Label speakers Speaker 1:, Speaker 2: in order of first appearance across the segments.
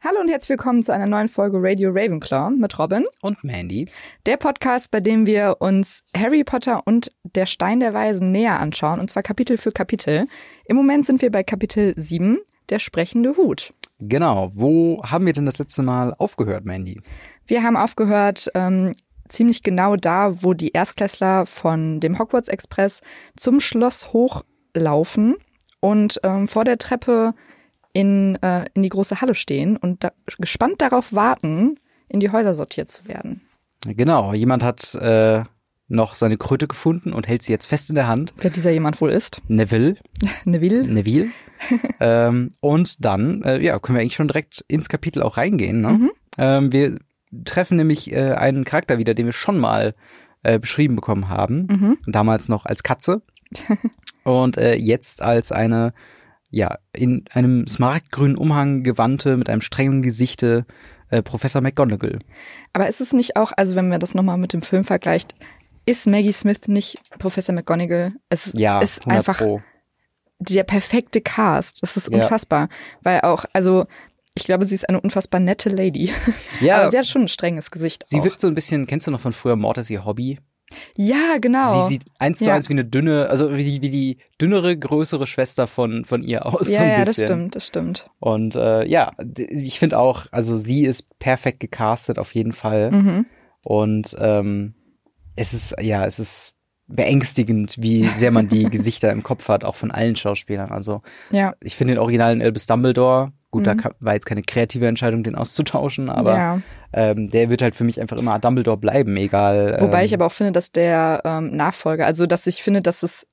Speaker 1: Hallo und herzlich willkommen zu einer neuen Folge Radio Ravenclaw mit Robin,
Speaker 2: Und Mandy.
Speaker 1: der Podcast, bei dem wir uns Harry Potter und der Stein der Weisen näher anschauen, und zwar Kapitel für Kapitel. Im Moment sind wir bei Kapitel 7, der sprechende Hut.
Speaker 2: Genau. Wo haben wir denn das letzte Mal aufgehört, Mandy?
Speaker 1: Wir haben aufgehört, ähm, ziemlich genau da, wo die Erstklässler von dem Hogwarts Express zum Schloss hochlaufen und ähm, vor der Treppe in, äh, in die große Halle stehen und da, gespannt darauf warten, in die Häuser sortiert zu werden.
Speaker 2: Genau. Jemand hat äh, noch seine Kröte gefunden und hält sie jetzt fest in der Hand.
Speaker 1: Wer dieser jemand wohl ist?
Speaker 2: Neville.
Speaker 1: Neville?
Speaker 2: Neville. Ne ähm, und dann, äh, ja, können wir eigentlich schon direkt ins Kapitel auch reingehen. Ne?
Speaker 1: Mhm.
Speaker 2: Ähm, wir treffen nämlich äh, einen Charakter wieder, den wir schon mal äh, beschrieben bekommen haben.
Speaker 1: Mhm.
Speaker 2: Damals noch als Katze und äh, jetzt als eine, ja, in einem smaragdgrünen Umhang gewandte, mit einem strengen Gesichte äh, Professor McGonagall.
Speaker 1: Aber ist es nicht auch, also wenn man das nochmal mit dem Film vergleicht, ist Maggie Smith nicht Professor McGonagall? Es
Speaker 2: Ja,
Speaker 1: ist
Speaker 2: 100
Speaker 1: einfach
Speaker 2: Pro.
Speaker 1: der perfekte Cast. Das ist
Speaker 2: Ja.
Speaker 1: unfassbar. Weil auch, also ich glaube, sie ist eine unfassbar nette Lady.
Speaker 2: Ja,
Speaker 1: Aber sie
Speaker 2: sie,
Speaker 1: hat schon ein strenges Gesicht. auch.
Speaker 2: wirkt so ein bisschen, kennst du noch von früher Mord ist ihr Hobby?
Speaker 1: ja, genau.
Speaker 2: Sie sieht eins zu
Speaker 1: Ja.
Speaker 2: eins wie eine dünne, also wie die, wie die dünnere, größere Schwester von, von ihr aus.
Speaker 1: ja,
Speaker 2: so ein
Speaker 1: ja, das
Speaker 2: bisschen.
Speaker 1: stimmt, das stimmt.
Speaker 2: Und äh, ja, d- ich finde auch, also sie ist perfekt gecastet auf jeden Fall.
Speaker 1: Mhm.
Speaker 2: Und ähm, es ist, ja, es ist beängstigend, wie sehr man die Gesichter im Kopf hat, auch von allen Schauspielern. Also
Speaker 1: Ja,
Speaker 2: ich finde den originalen Elvis Dumbledore, gut, da
Speaker 1: Mhm.
Speaker 2: ka- war jetzt keine kreative Entscheidung, den auszutauschen, aber
Speaker 1: ja.
Speaker 2: ähm, der wird halt für mich einfach immer Dumbledore bleiben, egal.
Speaker 1: Wobei
Speaker 2: ähm,
Speaker 1: ich aber auch finde, dass der ähm, Nachfolger, also dass ich finde, dass es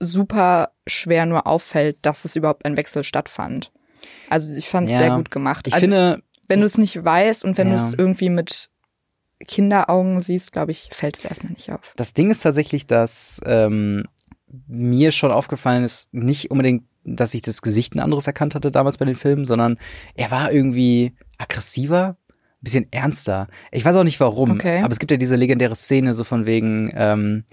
Speaker 1: super schwer nur auffällt, dass es überhaupt ein Wechsel stattfand. Also ich fand es
Speaker 2: Ja.
Speaker 1: sehr gut gemacht.
Speaker 2: Ich
Speaker 1: also
Speaker 2: finde,
Speaker 1: wenn du es nicht weißt und wenn du es
Speaker 2: Ja.
Speaker 1: irgendwie mit Kinderaugen siehst, glaube ich, fällt es erstmal nicht auf.
Speaker 2: Das Ding ist tatsächlich, dass ähm, mir schon aufgefallen ist, nicht unbedingt, dass ich das Gesicht ein anderes erkannt hatte damals bei den Filmen, sondern er war irgendwie aggressiver, ein bisschen ernster. Ich weiß auch nicht warum,
Speaker 1: Okay.
Speaker 2: aber es gibt ja diese legendäre Szene so von wegen, ähm,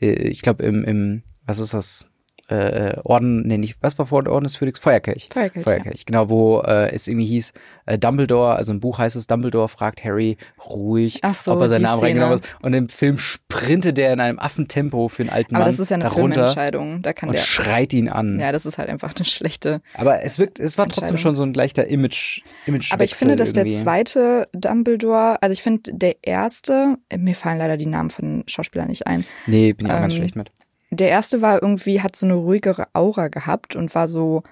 Speaker 2: äh, ich glaube im, im, was ist das? Äh, Orden, nee, nicht, was war vor der Orden des Phönix? Feuerkelch.
Speaker 1: Feuerkelch,
Speaker 2: Feuerkelch, genau, wo äh, es irgendwie hieß, äh, Dumbledore, also im Buch heißt es, Dumbledore fragt Harry ruhig,
Speaker 1: Ach so,
Speaker 2: ob er seinen
Speaker 1: die
Speaker 2: Namen
Speaker 1: Szene.
Speaker 2: reingenommen hat. Und im Film sprintet der in einem Affentempo für einen alten
Speaker 1: Aber
Speaker 2: Mann
Speaker 1: das ist ja eine
Speaker 2: darunter
Speaker 1: Filmentscheidung. Da kann
Speaker 2: und
Speaker 1: der.
Speaker 2: schreit ihn an.
Speaker 1: Ja, das ist halt einfach eine schlechte.
Speaker 2: Aber es wirkt, es war trotzdem
Speaker 1: Entscheidung.
Speaker 2: schon so ein leichter Image, Image
Speaker 1: Aber ich finde, dass der
Speaker 2: irgendwie.
Speaker 1: zweite Dumbledore, also ich finde, der erste, mir fallen leider die Namen von Schauspielern nicht ein.
Speaker 2: Nee, bin ich auch ganz
Speaker 1: Ähm,
Speaker 2: schlecht mit.
Speaker 1: Der erste war irgendwie, hat so eine ruhigere Aura gehabt und war so,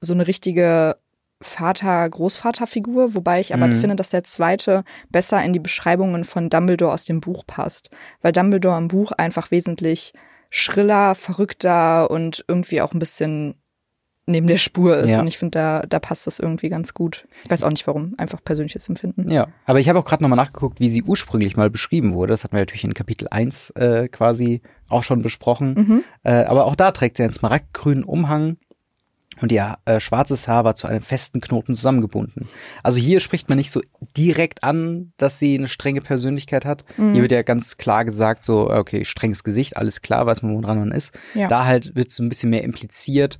Speaker 1: so eine richtige Vater-Großvater-Figur, wobei ich aber
Speaker 2: Mhm.
Speaker 1: finde, dass der zweite besser in die Beschreibungen von Dumbledore aus dem Buch passt, weil Dumbledore im Buch einfach wesentlich schriller, verrückter und irgendwie auch ein bisschen neben der Spur ist.
Speaker 2: Ja.
Speaker 1: Und ich finde, da, da passt das irgendwie ganz gut. Ich weiß auch nicht warum, einfach persönliches Empfinden.
Speaker 2: Ja, aber ich habe auch gerade nochmal nachgeguckt, wie sie ursprünglich mal beschrieben wurde. Das hatten wir natürlich in Kapitel 1 äh, quasi auch schon besprochen.
Speaker 1: Mhm.
Speaker 2: Äh, aber auch da trägt sie einen smaragdgrünen Umhang und ihr äh, schwarzes Haar war zu einem festen Knoten zusammengebunden. Also hier spricht man nicht so direkt an, dass sie eine strenge Persönlichkeit hat. Hier wird ja ganz klar gesagt, so, äh, okay, strenges Gesicht, alles klar, weiß man, woran man ist.
Speaker 1: Ja.
Speaker 2: Da halt wird so ein bisschen mehr impliziert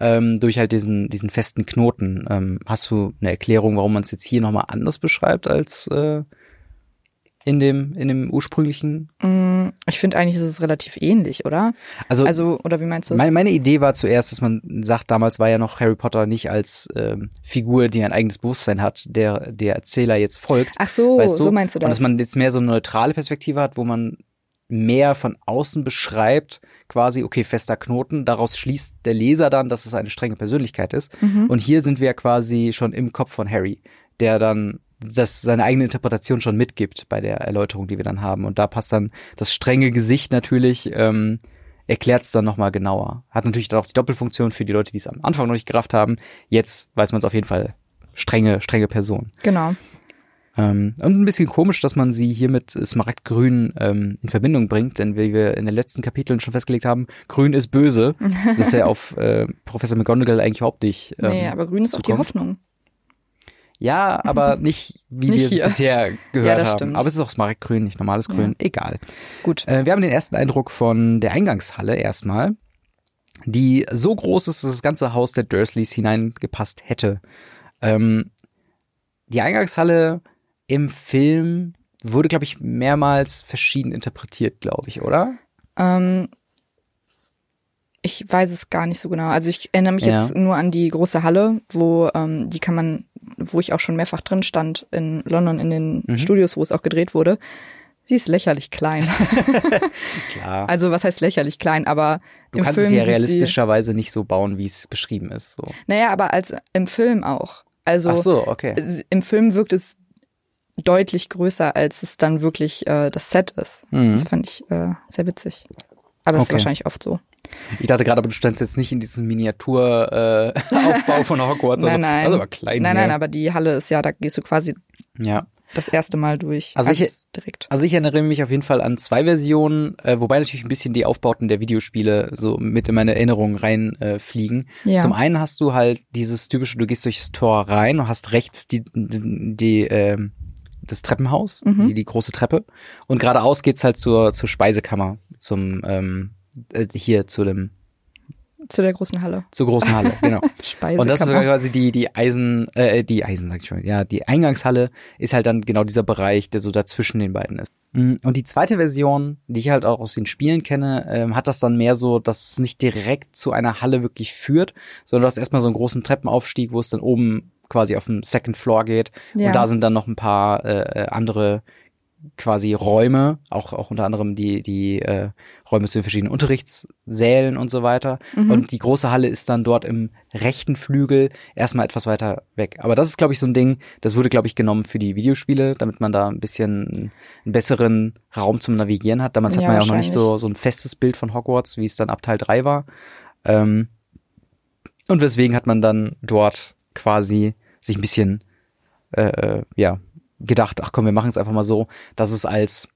Speaker 2: ähm, durch halt diesen, diesen festen Knoten. Ähm, hast du eine Erklärung, warum man es jetzt hier nochmal anders beschreibt als äh, in, dem, in dem ursprünglichen?
Speaker 1: Mm, Ich finde eigentlich, ist es relativ ähnlich, oder?
Speaker 2: Also,
Speaker 1: Also, oder wie meinst du es?
Speaker 2: Meine, meine Idee war zuerst, dass man sagt, damals war ja noch Harry Potter nicht als ähm, Figur, die ein eigenes Bewusstsein hat, der der Erzähler jetzt folgt.
Speaker 1: Ach so,
Speaker 2: weißt du?
Speaker 1: so meinst du das.
Speaker 2: Und dass man jetzt mehr so eine neutrale Perspektive hat, wo man mehr von außen beschreibt, quasi, okay, fester Knoten, daraus schließt der Leser dann, dass es eine strenge Persönlichkeit ist.
Speaker 1: Mhm.
Speaker 2: Und hier sind wir quasi schon im Kopf von Harry, der dann das seine eigene Interpretation schon mitgibt bei der Erläuterung, die wir dann haben. Und da passt dann das strenge Gesicht natürlich, ähm, erklärt es dann nochmal genauer. Hat natürlich dann auch die Doppelfunktion für die Leute, die es am Anfang noch nicht gerafft haben. Jetzt weiß man es auf jeden Fall. Strenge, strenge Person.
Speaker 1: genau.
Speaker 2: Ähm, und ein bisschen komisch, dass man sie hier mit Smaragdgrün ähm, in Verbindung bringt, denn wie wir in den letzten Kapiteln schon festgelegt haben, Grün ist böse. das ist ja auf äh, Professor McGonagall eigentlich überhaupt nicht. Ähm,
Speaker 1: nee, aber grün ist auch die
Speaker 2: zukommt.
Speaker 1: Hoffnung.
Speaker 2: Ja, aber nicht, wie
Speaker 1: Nicht
Speaker 2: wir es
Speaker 1: hier.
Speaker 2: bisher gehört
Speaker 1: das
Speaker 2: haben.
Speaker 1: stimmt.
Speaker 2: Aber es ist auch Smaragdgrün, nicht normales Grün. Egal.
Speaker 1: Gut.
Speaker 2: Äh, wir haben den ersten Eindruck von der Eingangshalle erstmal, die so groß ist, dass das ganze Haus der Dursleys hineingepasst hätte. Ähm, die Eingangshalle im Film wurde, glaube ich, mehrmals verschieden interpretiert, glaube ich, oder?
Speaker 1: Ähm, ich weiß es gar nicht so genau. Also ich erinnere mich
Speaker 2: Ja.
Speaker 1: jetzt nur an die große Halle, wo ähm, die kann man, wo ich auch schon mehrfach drin stand in London in den
Speaker 2: Mhm.
Speaker 1: Studios, wo es auch gedreht wurde. Sie ist lächerlich klein.
Speaker 2: Klar.
Speaker 1: Also was heißt lächerlich klein? Aber
Speaker 2: du
Speaker 1: im
Speaker 2: kannst
Speaker 1: Film
Speaker 2: es ja
Speaker 1: sieht sie-
Speaker 2: realistischerweise nicht so bauen, wie es beschrieben ist. So.
Speaker 1: Naja, aber als im Film auch. Also
Speaker 2: Ach so, okay.
Speaker 1: äh, im Film wirkt es deutlich größer, als es dann wirklich äh, das Set ist.
Speaker 2: Mhm.
Speaker 1: Das fand ich äh, sehr witzig. Aber es ist
Speaker 2: Okay.
Speaker 1: wahrscheinlich oft so.
Speaker 2: Ich dachte gerade, aber du standst jetzt nicht in diesem Miniaturaufbau äh, Aufbau von Hogwarts.
Speaker 1: nein,
Speaker 2: also,
Speaker 1: nein.
Speaker 2: Also aber klein.
Speaker 1: nein,
Speaker 2: hier.
Speaker 1: nein, aber die Halle ist ja, da gehst du quasi
Speaker 2: Ja.
Speaker 1: das erste Mal durch.
Speaker 2: Also ich-
Speaker 1: Alles direkt.
Speaker 2: Also ich erinnere mich auf jeden Fall an zwei Versionen, äh, wobei natürlich ein bisschen die Aufbauten der Videospiele so mit in meine Erinnerungen reinfliegen. Äh, fliegen.
Speaker 1: Ja.
Speaker 2: Zum einen hast du halt dieses typische, du gehst durchs Tor rein und hast rechts die, die, die ähm, das Treppenhaus,
Speaker 1: Mhm.
Speaker 2: die, die große Treppe. Und geradeaus geht's halt zur, zur Speisekammer, zum ähm, äh, hier zu dem
Speaker 1: Zu der großen Halle.
Speaker 2: zur großen Halle, genau.
Speaker 1: Speisekammer.
Speaker 2: Und das ist quasi die, die Eisen, äh, die Eisen, sag ich schon, ja, die Eingangshalle ist halt dann genau dieser Bereich, der so dazwischen den beiden ist. Mm, Und die zweite Version, die ich halt auch aus den Spielen kenne, ähm, hat das dann mehr so, dass es nicht direkt zu einer Halle wirklich führt, sondern du hast erstmal so einen großen Treppenaufstieg, wo es dann oben quasi auf den Second Floor geht.
Speaker 1: Ja.
Speaker 2: Und da sind dann noch ein paar äh, äh, andere quasi Räume, auch, auch unter anderem die, die äh, Räume zu den verschiedenen Unterrichtssälen und so weiter.
Speaker 1: Mhm.
Speaker 2: Und die große Halle ist dann dort im rechten Flügel erstmal etwas weiter weg. Aber das ist, glaube ich, so ein Ding, das wurde, glaube ich, genommen für die Videospiele, damit man da ein bisschen einen besseren Raum zum Navigieren hat. Damals
Speaker 1: Ja,
Speaker 2: hat man ja auch noch nicht so,
Speaker 1: wahrscheinlich.
Speaker 2: so ein festes Bild von Hogwarts, wie es dann ab Teil 3 war. Ähm, und weswegen hat man dann dort quasi sich ein bisschen, äh, äh, ja, gedacht, ach komm, wir machen es einfach mal so, dass es als,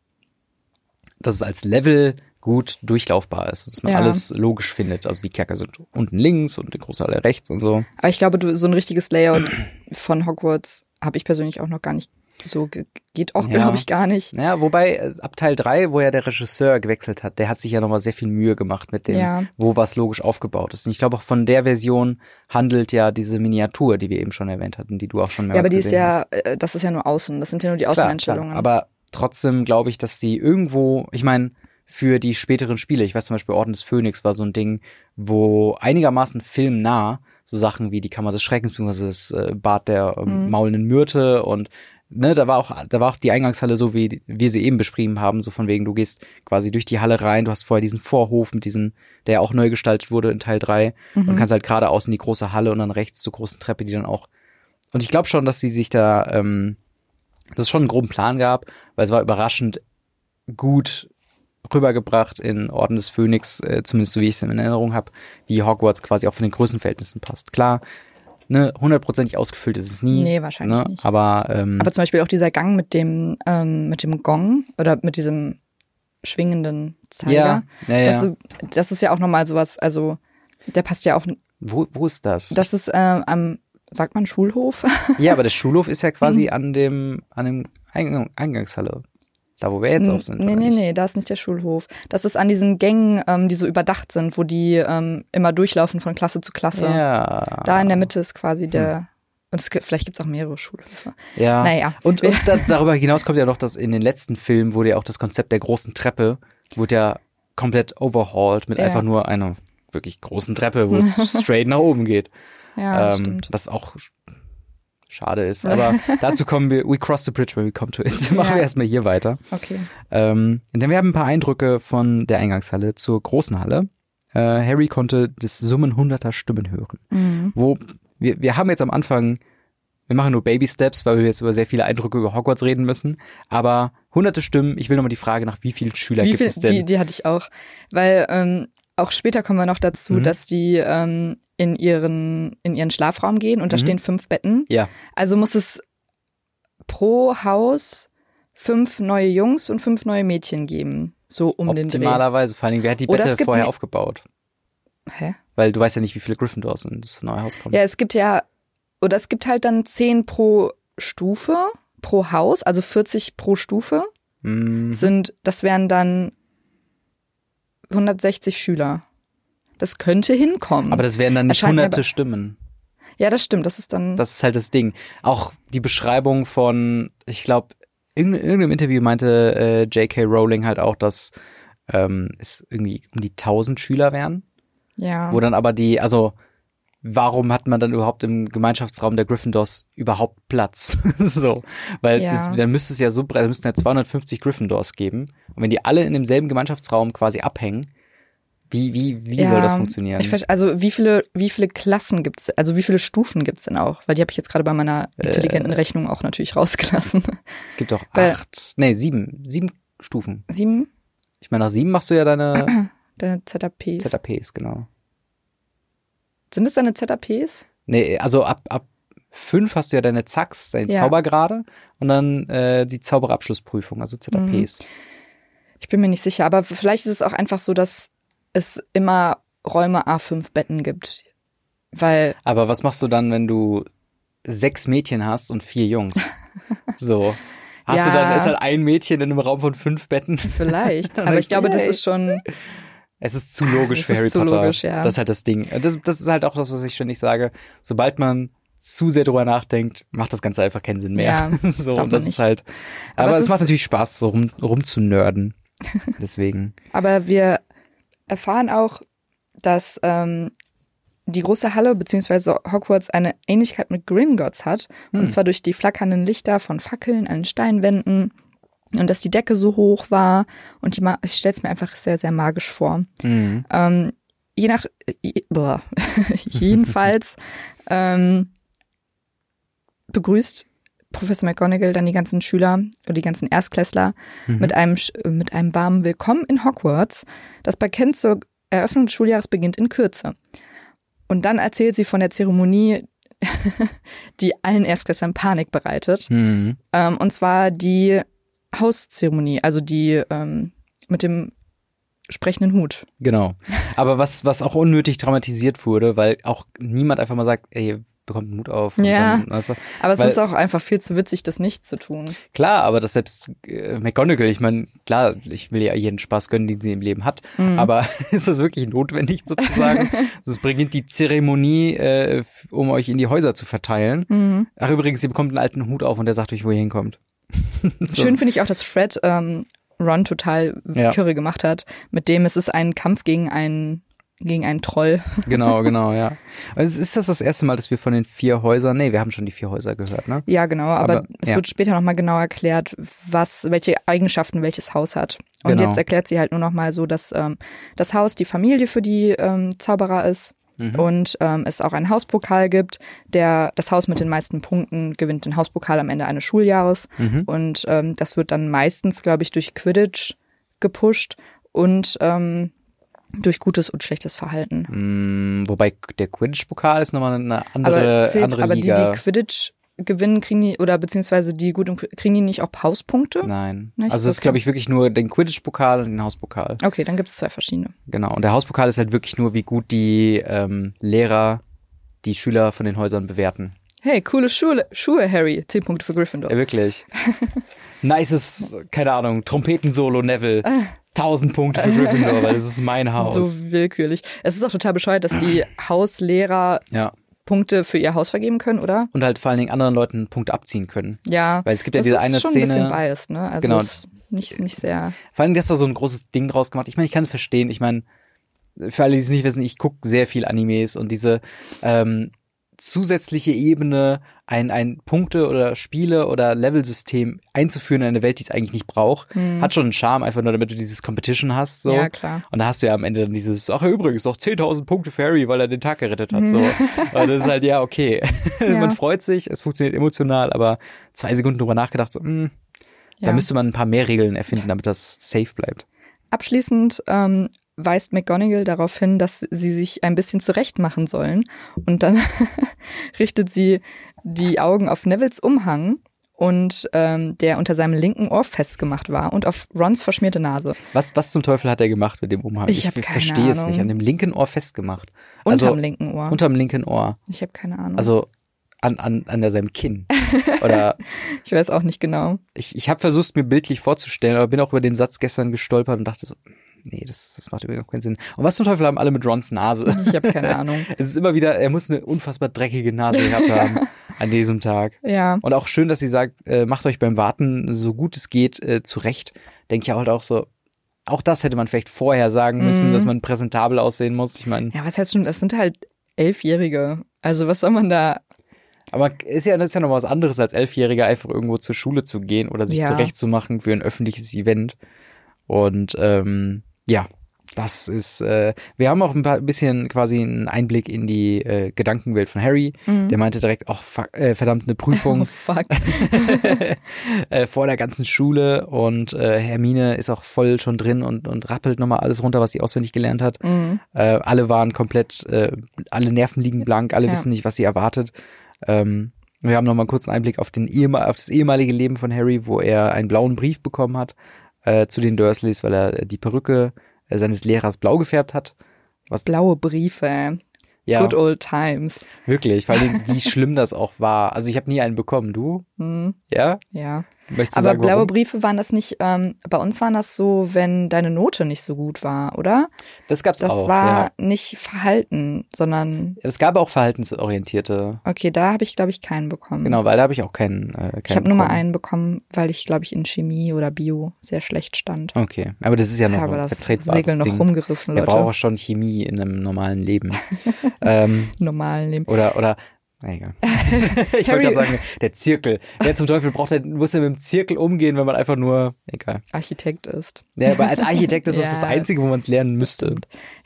Speaker 2: dass es als Level gut durchlaufbar ist, dass man
Speaker 1: Ja.
Speaker 2: alles logisch findet. Also die Kerker sind unten links und die große Halle rechts und so.
Speaker 1: Aber ich glaube, du, so ein richtiges Layout von Hogwarts habe ich persönlich auch noch gar nicht so ge geht auch,
Speaker 2: Ja.
Speaker 1: glaube ich, gar nicht.
Speaker 2: Naja, wobei äh, ab Teil 3, wo ja der Regisseur gewechselt hat, der hat sich ja nochmal sehr viel Mühe gemacht mit dem,
Speaker 1: Ja.
Speaker 2: wo was logisch aufgebaut ist. Und ich glaube auch von der Version handelt ja diese Miniatur, die wir eben schon erwähnt hatten, die du auch schon
Speaker 1: Ja,
Speaker 2: mehrmals
Speaker 1: aber die ist
Speaker 2: gesehen hast.
Speaker 1: ja, äh, das ist ja nur außen, das sind ja nur die
Speaker 2: Klar,
Speaker 1: Außeneinstellungen.
Speaker 2: Klar, aber trotzdem glaube ich, dass die irgendwo, ich meine, für die späteren Spiele, ich weiß zum Beispiel Orden des Phönix war so ein Ding, wo einigermaßen filmnah so Sachen wie die Kammer des Schreckens bzw. das äh, Bad der ähm,
Speaker 1: Mhm.
Speaker 2: maulenden Myrte und ne, da war auch da war auch die Eingangshalle so wie die- wir sie eben beschrieben haben, so von wegen du gehst quasi durch die Halle rein, du hast vorher diesen Vorhof mit diesen der ja auch neu gestaltet wurde in Teil 3 und kannst halt geradeaus in die große Halle und dann rechts zur großen Treppe, die dann auch und ich glaube schon, dass sie sich da ähm, dass es schon einen groben Plan gab, weil es war überraschend gut rübergebracht in Orden des Phönix, äh, zumindest so wie ich es in Erinnerung habe, wie Hogwarts quasi auch von den Größenverhältnissen passt. Klar, ne, hundertprozentig ausgefüllt ist es nie.
Speaker 1: Nee, wahrscheinlich
Speaker 2: ne,
Speaker 1: nicht.
Speaker 2: Aber, ähm,
Speaker 1: Aber zum Beispiel auch dieser Gang mit dem, ähm, mit dem Gong oder mit diesem schwingenden Zeiger.
Speaker 2: ja, ja, ja.
Speaker 1: Das, ist- das ist ja auch nochmal sowas, also der passt ja auch,
Speaker 2: wo, wo ist das?
Speaker 1: das ist äh, am, sagt man Schulhof?
Speaker 2: ja, aber der Schulhof
Speaker 1: Mhm.
Speaker 2: ist ja quasi an dem, an dem Eingang, Eingangshalle. Da, wo wir jetzt auch sind.
Speaker 1: Nee,
Speaker 2: oder
Speaker 1: nee,
Speaker 2: nicht?
Speaker 1: nee, da ist nicht der Schulhof. Das ist an diesen Gängen, ähm, die so überdacht sind, wo die ähm, immer durchlaufen von Klasse zu Klasse.
Speaker 2: Ja. Hm.
Speaker 1: Da in der Mitte ist quasi der, und es, gibt- vielleicht gibt es auch mehrere Schulhöfe.
Speaker 2: Ja.
Speaker 1: Naja.
Speaker 2: Ah. Und, und da, darüber hinaus kommt ja noch, dass in den letzten Filmen wurde ja auch das Konzept der großen Treppe, wurde ja komplett overhauled mit
Speaker 1: Ja.
Speaker 2: einfach nur einer wirklich großen Treppe, wo es straight nach oben geht.
Speaker 1: Ja,
Speaker 2: Ähm,
Speaker 1: Ah, stimmt.
Speaker 2: Was auch sch- schade ist. Aber dazu kommen wir, we cross the bridge when we come to it. Machen
Speaker 1: Ja.
Speaker 2: wir erstmal hier weiter.
Speaker 1: Okay.
Speaker 2: Ähm, denn wir haben ein paar Eindrücke von der Eingangshalle zur großen Halle. Äh, Harry konnte das Summen hunderter Stimmen hören
Speaker 1: Mhm.
Speaker 2: wo wir, wir haben jetzt am Anfang, wir machen nur Baby Steps, weil wir jetzt über sehr viele Eindrücke über Hogwarts reden müssen, aber hunderte Stimmen, ich will nochmal die Frage nach, wie viele Schüler
Speaker 1: Wie
Speaker 2: gibt
Speaker 1: viel,
Speaker 2: es denn?
Speaker 1: Die, die hatte ich auch. Weil ähm, auch später kommen wir noch dazu,
Speaker 2: Mhm.
Speaker 1: dass die ähm, in, ihren, in ihren Schlafraum gehen und da
Speaker 2: Mhm.
Speaker 1: stehen fünf Betten.
Speaker 2: ja,
Speaker 1: Also muss es pro Haus fünf neue Jungs und fünf neue Mädchen geben. So um den Dreh.
Speaker 2: optimalerweise, vor allen Dingen, wer hat die
Speaker 1: Oder es
Speaker 2: Bette
Speaker 1: gibt
Speaker 2: vorher
Speaker 1: ne-
Speaker 2: aufgebaut?
Speaker 1: Hä?
Speaker 2: Weil du weißt ja nicht, wie viele Gryffindors in das neue Haus kommen.
Speaker 1: Ja, es gibt ja, oder es gibt halt dann zehn pro Stufe, pro Haus, also 40 pro Stufe
Speaker 2: Mm,
Speaker 1: sind, das wären dann 160 Schüler. Das könnte hinkommen.
Speaker 2: aber das wären dann nicht
Speaker 1: Erscheint mir
Speaker 2: hunderte
Speaker 1: aber-
Speaker 2: Stimmen.
Speaker 1: Ja, das stimmt. Das ist dann.
Speaker 2: Das ist halt das Ding. Auch die Beschreibung von, ich glaube, in irgendeinem Interview meinte äh, J.K. Rowling halt auch, dass ähm, es irgendwie um die 1000 Schüler wären.
Speaker 1: ja.
Speaker 2: Wo dann aber die, also warum hat man dann überhaupt im Gemeinschaftsraum der Gryffindors überhaupt Platz? so, weil
Speaker 1: Ja.
Speaker 2: es, dann müsste es ja so, breit- dann müssten ja 250 Gryffindors geben. Und wenn die alle in demselben Gemeinschaftsraum quasi abhängen, wie, wie, wie
Speaker 1: ja,
Speaker 2: soll das funktionieren?
Speaker 1: Ich verste- also wie viele, wie viele Klassen gibt's, also wie viele Stufen gibt's denn auch? Weil die habe ich jetzt gerade bei meiner
Speaker 2: Äh,
Speaker 1: intelligenten Rechnung auch natürlich rausgelassen.
Speaker 2: es gibt doch
Speaker 1: weil-
Speaker 2: acht, nee, sieben, sieben Stufen.
Speaker 1: Sieben,
Speaker 2: Ich meine, nach sieben machst du ja deine
Speaker 1: deine ZAPs.
Speaker 2: ZAPs, genau.
Speaker 1: Sind es deine ZAPs?
Speaker 2: Nee, also ab, ab fünf hast du ja deine Zacks, deine
Speaker 1: Ja.
Speaker 2: Zaubergrade und dann äh, die Zauberabschlussprüfung, also
Speaker 1: Mhm.
Speaker 2: ZAPs.
Speaker 1: Ich bin mir nicht sicher, aber vielleicht ist es auch einfach so, dass es immer Räume A5 Betten gibt. Weil,
Speaker 2: Aber was machst du dann, wenn du sechs Mädchen hast und vier Jungs? So. Hast du
Speaker 1: Ja.
Speaker 2: dann, ist halt ein Mädchen in einem Raum von fünf Betten.
Speaker 1: vielleicht, aber ich glaube, das ist schon,
Speaker 2: Es ist zu logisch
Speaker 1: Es
Speaker 2: für
Speaker 1: ist
Speaker 2: Harry
Speaker 1: zu
Speaker 2: Potter.
Speaker 1: logisch, ja.
Speaker 2: Das ist halt das Ding. Das, das ist halt auch das, was ich ständig sage. Sobald man zu sehr drüber nachdenkt, macht das Ganze einfach keinen Sinn mehr.
Speaker 1: Ja,
Speaker 2: so,
Speaker 1: darf man
Speaker 2: und das
Speaker 1: nicht.
Speaker 2: ist halt. Aber,
Speaker 1: Aber es
Speaker 2: es, macht
Speaker 1: ist-
Speaker 2: natürlich Spaß, so rum, rum zu nerden. Deswegen.
Speaker 1: aber wir erfahren auch, dass ähm, die große Halle bzw. Hogwarts eine Ähnlichkeit mit Gringotts hat.
Speaker 2: Hm.
Speaker 1: Und zwar durch die flackernden Lichter von Fackeln an den Steinwänden und dass die Decke so hoch war. Und die Ma ich stelle es mir einfach sehr, sehr magisch vor.
Speaker 2: Mhm.
Speaker 1: Ähm, je nach, je, boah, jedenfalls ähm, begrüßt Professor McGonagall dann die ganzen Schüler oder die ganzen Erstklässler
Speaker 2: Mhm.
Speaker 1: mit, einem, Sch- äh, mit einem warmen Willkommen in Hogwarts. Das Parkett zur Eröffnung des Schuljahres beginnt in Kürze. Und dann erzählt sie von der Zeremonie, die allen Erstklässlern Panik bereitet.
Speaker 2: Mhm.
Speaker 1: Ähm, und zwar die Hauszeremonie, also die ähm, mit dem sprechenden Hut.
Speaker 2: Genau. Aber was, was auch unnötig dramatisiert wurde, weil auch niemand einfach mal sagt, ey, bekommt Mut auf. und
Speaker 1: Ja.
Speaker 2: Dann, weißt du,
Speaker 1: Aber es
Speaker 2: Weil-
Speaker 1: ist auch einfach viel zu witzig, das nicht zu tun.
Speaker 2: klar, aber dass selbst äh, McGonagall, ich meine, klar, ich will ja jeden Spaß gönnen, den sie im Leben hat,
Speaker 1: Mhm.
Speaker 2: aber ist das wirklich notwendig sozusagen? Also Es bringt die Zeremonie, äh, f- um euch in die Häuser zu verteilen.
Speaker 1: Mhm.
Speaker 2: Ach übrigens, ihr bekommt einen alten Hut auf und der sagt euch, wo ihr hinkommt. So.
Speaker 1: Schön finde ich auch, dass Fred ähm, Ron total
Speaker 2: Ja.
Speaker 1: kirre gemacht hat, mit dem es ist ein Kampf gegen einen, gegen einen Troll.
Speaker 2: Genau, genau, ja. Also ist das das erste Mal, dass wir von den vier Häusern, nee, wir haben schon die vier Häuser gehört, ne?
Speaker 1: Ja, genau, aber,
Speaker 2: Aber,
Speaker 1: es
Speaker 2: ja.
Speaker 1: wird später nochmal genau erklärt, was, welche Eigenschaften welches Haus hat. Und
Speaker 2: Genau.
Speaker 1: jetzt erklärt sie halt nur nochmal so, dass ähm, das Haus die Familie für die ähm, Zauberer ist
Speaker 2: Mhm.
Speaker 1: und ähm, es auch einen Hauspokal gibt. Der, das Haus mit den meisten Punkten gewinnt den Hauspokal am Ende eines Schuljahres.
Speaker 2: Mhm.
Speaker 1: Und ähm, das wird dann meistens, glaube ich, durch Quidditch gepusht und ähm, durch gutes und schlechtes Verhalten.
Speaker 2: Mm, Wobei der Quidditch-Pokal ist nochmal eine andere,
Speaker 1: aber zählt,
Speaker 2: andere
Speaker 1: aber
Speaker 2: Liga.
Speaker 1: die, die Quidditch gewinnen, kriegen die, oder beziehungsweise die gut im Qu- kriegen die nicht auch Pauspunkte?
Speaker 2: Nein.
Speaker 1: Nicht?
Speaker 2: Also es ist,
Speaker 1: Okay.
Speaker 2: glaube ich, wirklich nur den Quidditch-Pokal und den Hauspokal.
Speaker 1: Okay, dann gibt es zwei verschiedene.
Speaker 2: Genau. Und der Hauspokal ist halt wirklich nur, wie gut die ähm, Lehrer die Schüler von den Häusern bewerten.
Speaker 1: Hey, coole Schuhe, Schuhe Harry. Zehn Punkte für Gryffindor.
Speaker 2: Ja, wirklich. Nices, keine Ahnung, Trompetensolo Neville. 1000 Punkte für Gryffindor, weil das ist mein Haus.
Speaker 1: so willkürlich. Es ist auch total bescheuert, dass die Hauslehrer
Speaker 2: Ja.
Speaker 1: Punkte für ihr Haus vergeben können, oder?
Speaker 2: Und halt vor allen Dingen anderen Leuten einen Punkt abziehen können.
Speaker 1: Ja.
Speaker 2: Weil es gibt ja
Speaker 1: das
Speaker 2: diese
Speaker 1: ist
Speaker 2: eine
Speaker 1: schon ein
Speaker 2: Szene-
Speaker 1: bisschen biased, ne? Also
Speaker 2: Genau.
Speaker 1: es ist nicht, nicht sehr.
Speaker 2: Vor allem, dass da so ein großes Ding draus gemacht. Ich meine, ich kann es verstehen. Ich meine, für alle, die es nicht wissen, ich gucke sehr viel Animes und diese ähm, zusätzliche Ebene, ein, ein Punkte- oder Spiele- oder Levelsystem einzuführen in eine Welt, die es eigentlich nicht braucht, hat schon einen Charme, einfach nur damit du dieses Competition hast. So.
Speaker 1: Mhm. Ja, klar.
Speaker 2: Und da hast du ja am Ende dann dieses, ach ja, übrigens, noch 10.000 Punkte für Harry, weil er den Tag gerettet hat. So. Und das ist halt, ja, okay.
Speaker 1: Mhm. Ja.
Speaker 2: Man freut sich, es funktioniert emotional, aber zwei Sekunden drüber nachgedacht, so, mm, mh,
Speaker 1: Ja.
Speaker 2: da müsste man ein paar mehr Regeln erfinden, damit das safe bleibt.
Speaker 1: Abschließend ähm, weist McGonagall darauf hin, dass sie sich ein bisschen zurecht machen sollen. Und dann richtet sie die Augen auf Nevils Umhang und ähm, der unter seinem linken Ohr festgemacht war und auf Rons verschmierte Nase.
Speaker 2: Was, was zum Teufel hat er gemacht mit dem Umhang?
Speaker 1: Ich hab keine
Speaker 2: verstehe es
Speaker 1: Ahnung.
Speaker 2: nicht. An dem linken Ohr festgemacht.
Speaker 1: Unterm
Speaker 2: also,
Speaker 1: linken Ohr.
Speaker 2: Unterm linken Ohr.
Speaker 1: ich habe keine Ahnung.
Speaker 2: Also an, an, an seinem Kinn. Oder
Speaker 1: ich weiß auch nicht genau.
Speaker 2: ich, ich habe versucht, mir bildlich vorzustellen, aber bin auch über den Satz gestern gestolpert und dachte so, Nee, das, das macht überhaupt keinen Sinn. Und was zum Teufel haben alle mit Rons Nase?
Speaker 1: Ich habe keine Ahnung.
Speaker 2: Es ist immer wieder, er muss eine unfassbar dreckige Nase gehabt haben an diesem Tag.
Speaker 1: Ja,
Speaker 2: Und auch schön, dass sie sagt, äh, macht euch beim Warten so gut es geht äh, zurecht. Denke ich halt auch so, auch das hätte man vielleicht vorher sagen müssen,
Speaker 1: Mhm.
Speaker 2: dass man präsentabel aussehen muss. Ich meine,
Speaker 1: ja, was heißt schon, das sind halt Elfjährige. Also was soll man da,
Speaker 2: aber ist ja, das ist ja noch was anderes, als Elfjähriger einfach irgendwo zur Schule zu gehen oder sich
Speaker 1: Ja.
Speaker 2: zurechtzumachen für ein öffentliches Event. Und ähm, ja, das ist, äh, wir haben auch ein paar, bisschen quasi einen Einblick in die äh, Gedankenwelt von Harry.
Speaker 1: Mhm.
Speaker 2: Der meinte direkt, ach, fuck, äh, verdammt, eine Prüfung.
Speaker 1: oh fuck,
Speaker 2: äh, vor der ganzen Schule und äh, Hermine ist auch voll schon drin und, und rappelt nochmal alles runter, was sie auswendig gelernt hat.
Speaker 1: Mhm.
Speaker 2: Äh, alle waren komplett, äh, alle Nerven liegen blank, alle
Speaker 1: Ja.
Speaker 2: wissen nicht, was sie erwartet. Ähm, wir haben nochmal einen kurzen Einblick auf, den ehemal auf das ehemalige Leben von Harry, wo er einen blauen Brief bekommen hat äh, zu den Dursleys, weil er äh, die Perücke äh, seines Lehrers blau gefärbt hat.
Speaker 1: blaue Briefe,
Speaker 2: Ja,
Speaker 1: good old times.
Speaker 2: wirklich, vor allem, wie schlimm das auch war. Also ich habe nie einen bekommen. Du?
Speaker 1: Mhm.
Speaker 2: Ja?
Speaker 1: Ja,
Speaker 2: Möchtest du
Speaker 1: aber
Speaker 2: sagen,
Speaker 1: blaue
Speaker 2: warum?
Speaker 1: Briefe waren das nicht, ähm, bei uns waren das so, wenn deine Note nicht so gut war, oder?
Speaker 2: Das gab's
Speaker 1: Das
Speaker 2: auch,
Speaker 1: war
Speaker 2: ja.
Speaker 1: nicht Verhalten, sondern,
Speaker 2: Es gab auch verhaltensorientierte
Speaker 1: okay, da habe ich, glaube ich, keinen bekommen.
Speaker 2: Genau, weil da habe ich auch keinen. Äh, keinen
Speaker 1: Mhm. Ich habe nur mal
Speaker 2: bekommen.
Speaker 1: einen bekommen, weil ich, glaube ich, in Chemie oder Bio sehr schlecht stand.
Speaker 2: Okay, aber das ist ja noch
Speaker 1: habe
Speaker 2: ein
Speaker 1: das
Speaker 2: vertretbares
Speaker 1: Segel noch
Speaker 2: Ding.
Speaker 1: rumgerissen,
Speaker 2: Wir
Speaker 1: Leute.
Speaker 2: brauchen schon Chemie in einem normalen Leben. ähm,
Speaker 1: Normalen Leben.
Speaker 2: oder, oder, na egal. ich wollte
Speaker 1: Harry-
Speaker 2: gerade sagen, der Zirkel. Wer zum Teufel braucht, der muss ja mit dem Zirkel umgehen, wenn man einfach nur, egal.
Speaker 1: Architekt ist.
Speaker 2: Ja, aber als Architekt ist das
Speaker 1: Ja.
Speaker 2: das Einzige, wo man es lernen müsste.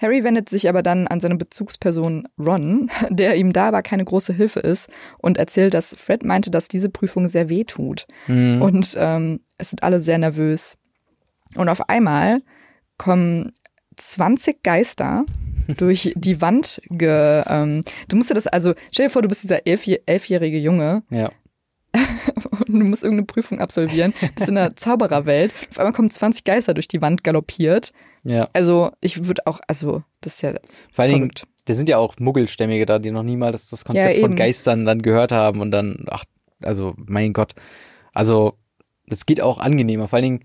Speaker 1: Harry wendet sich aber dann an seine Bezugsperson Ron, der ihm da aber keine große Hilfe ist und erzählt, dass Fred meinte, dass diese Prüfung sehr weh tut.
Speaker 2: Mhm.
Speaker 1: Und ähm, es sind alle sehr nervös. Und auf einmal kommen 20 Geister durch die Wand ge... Ähm, du musst dir das also... Stell dir vor, du bist dieser elfjä- elfjährige Junge
Speaker 2: Ja.
Speaker 1: und du musst irgendeine Prüfung absolvieren, bist in der Zaubererwelt. Auf einmal kommen 20 Geister durch die Wand galoppiert.
Speaker 2: ja.
Speaker 1: Also ich würde auch, also das ist ja
Speaker 2: Vor allen Dingen,
Speaker 1: verrückt.
Speaker 2: da sind ja auch Muggelstämmige da, die noch niemals das Konzept
Speaker 1: Ja,
Speaker 2: von
Speaker 1: eben.
Speaker 2: Geistern dann gehört haben und dann, ach, also mein Gott. Also, das geht auch angenehmer. Vor allen Dingen,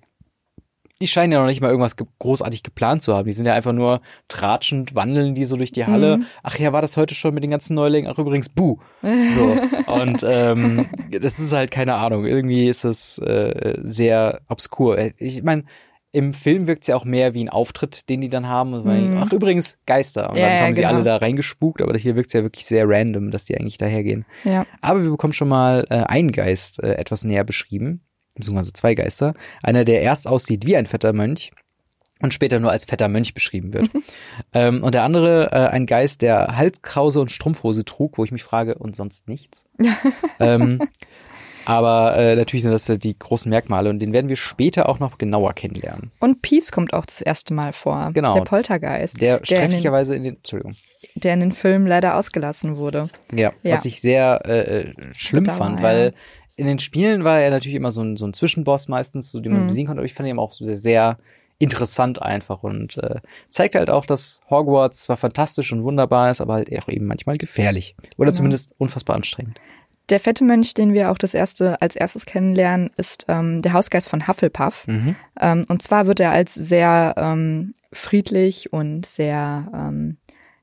Speaker 2: die scheinen ja noch nicht mal irgendwas ge großartig geplant zu haben. Die sind ja einfach nur tratschend, wandeln die so durch die
Speaker 1: Mhm.
Speaker 2: Halle. Ach ja, war das heute schon mit den ganzen Neulingen? Ach übrigens, buh. So. Und ähm, das ist halt keine Ahnung. Irgendwie ist es äh, sehr obskur. Äh, Ich meine, im Film wirkt es ja auch mehr wie ein Auftritt, den die dann haben. Und man
Speaker 1: Mhm.
Speaker 2: denkt, Ach übrigens, Geister. Und
Speaker 1: Ja,
Speaker 2: dann
Speaker 1: ja,
Speaker 2: haben sie
Speaker 1: genau.
Speaker 2: alle da reingespukt. Aber hier wirkt es ja wirklich sehr random, dass die eigentlich dahergehen.
Speaker 1: Ja.
Speaker 2: Aber wir bekommen schon mal äh, einen Geist äh, etwas näher beschrieben, beziehungsweise zwei Geister. Einer, der erst aussieht wie ein fetter Mönch und später nur als fetter Mönch beschrieben wird. ähm, und der andere, äh, ein Geist, der Halskrause und Strumpfhose trug, wo ich mich frage, und sonst nichts. ähm, aber äh, natürlich sind das ja die großen Merkmale und den werden wir später auch noch genauer kennenlernen.
Speaker 1: Und Peeves kommt auch das erste Mal vor.
Speaker 2: Genau.
Speaker 1: Der Poltergeist,
Speaker 2: Der,
Speaker 1: in den-
Speaker 2: strefflicherweise in den, Entschuldigung.
Speaker 1: der in den Film leider ausgelassen wurde.
Speaker 2: Ja,
Speaker 1: Ja.
Speaker 2: was ich sehr äh, äh, schlimm
Speaker 1: Bedauer,
Speaker 2: fand,
Speaker 1: ja.
Speaker 2: weil in den Spielen war er natürlich immer so ein, so ein Zwischenboss meistens, so den man
Speaker 1: Mhm.
Speaker 2: besiegen konnte, aber ich fand ihn auch so sehr, sehr interessant einfach und äh, zeigt halt auch, dass Hogwarts zwar fantastisch und wunderbar ist, aber halt auch eben manchmal gefährlich oder
Speaker 1: Genau.
Speaker 2: zumindest unfassbar anstrengend.
Speaker 1: Der fette Mönch, den wir auch das erste, als erstes kennenlernen, ist ähm, der Hausgeist von Hufflepuff.
Speaker 2: Mhm.
Speaker 1: Ähm, und zwar wird er als sehr ähm, friedlich und sehr, ähm,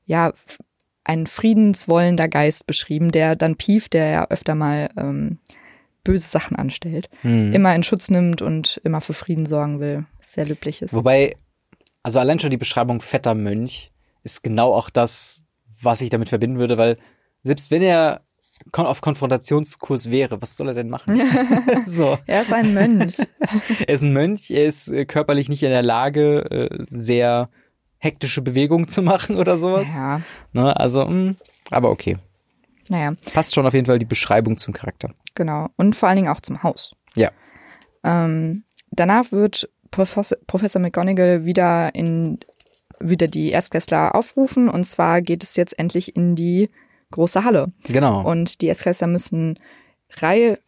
Speaker 1: ja, f- ein friedenswollender Geist beschrieben, der dann Pief, der ja öfter mal ähm, böse Sachen anstellt,
Speaker 2: Mhm.
Speaker 1: immer in Schutz nimmt und immer für Frieden sorgen will. Sehr löblich ist.
Speaker 2: Wobei, also allein schon die Beschreibung fetter Mönch ist genau auch das, was ich damit verbinden würde, weil selbst wenn er kon auf Konfrontationskurs wäre, was soll er denn machen? so.
Speaker 1: Er ist ein Mönch.
Speaker 2: Er ist ein Mönch, er ist äh, körperlich nicht in der Lage, äh, sehr hektische Bewegungen zu machen oder sowas.
Speaker 1: ja,
Speaker 2: Ne, also, mh, aber okay.
Speaker 1: naja,
Speaker 2: Passt schon auf jeden Fall die Beschreibung zum Charakter.
Speaker 1: genau. Und vor allen Dingen auch zum Haus.
Speaker 2: Ja.
Speaker 1: Ähm, danach wird Professor, Professor McGonagall wieder in wieder die Erstklässler aufrufen und zwar geht es jetzt endlich in die große Halle
Speaker 2: Genau.
Speaker 1: und die Erstklässler müssen Reihe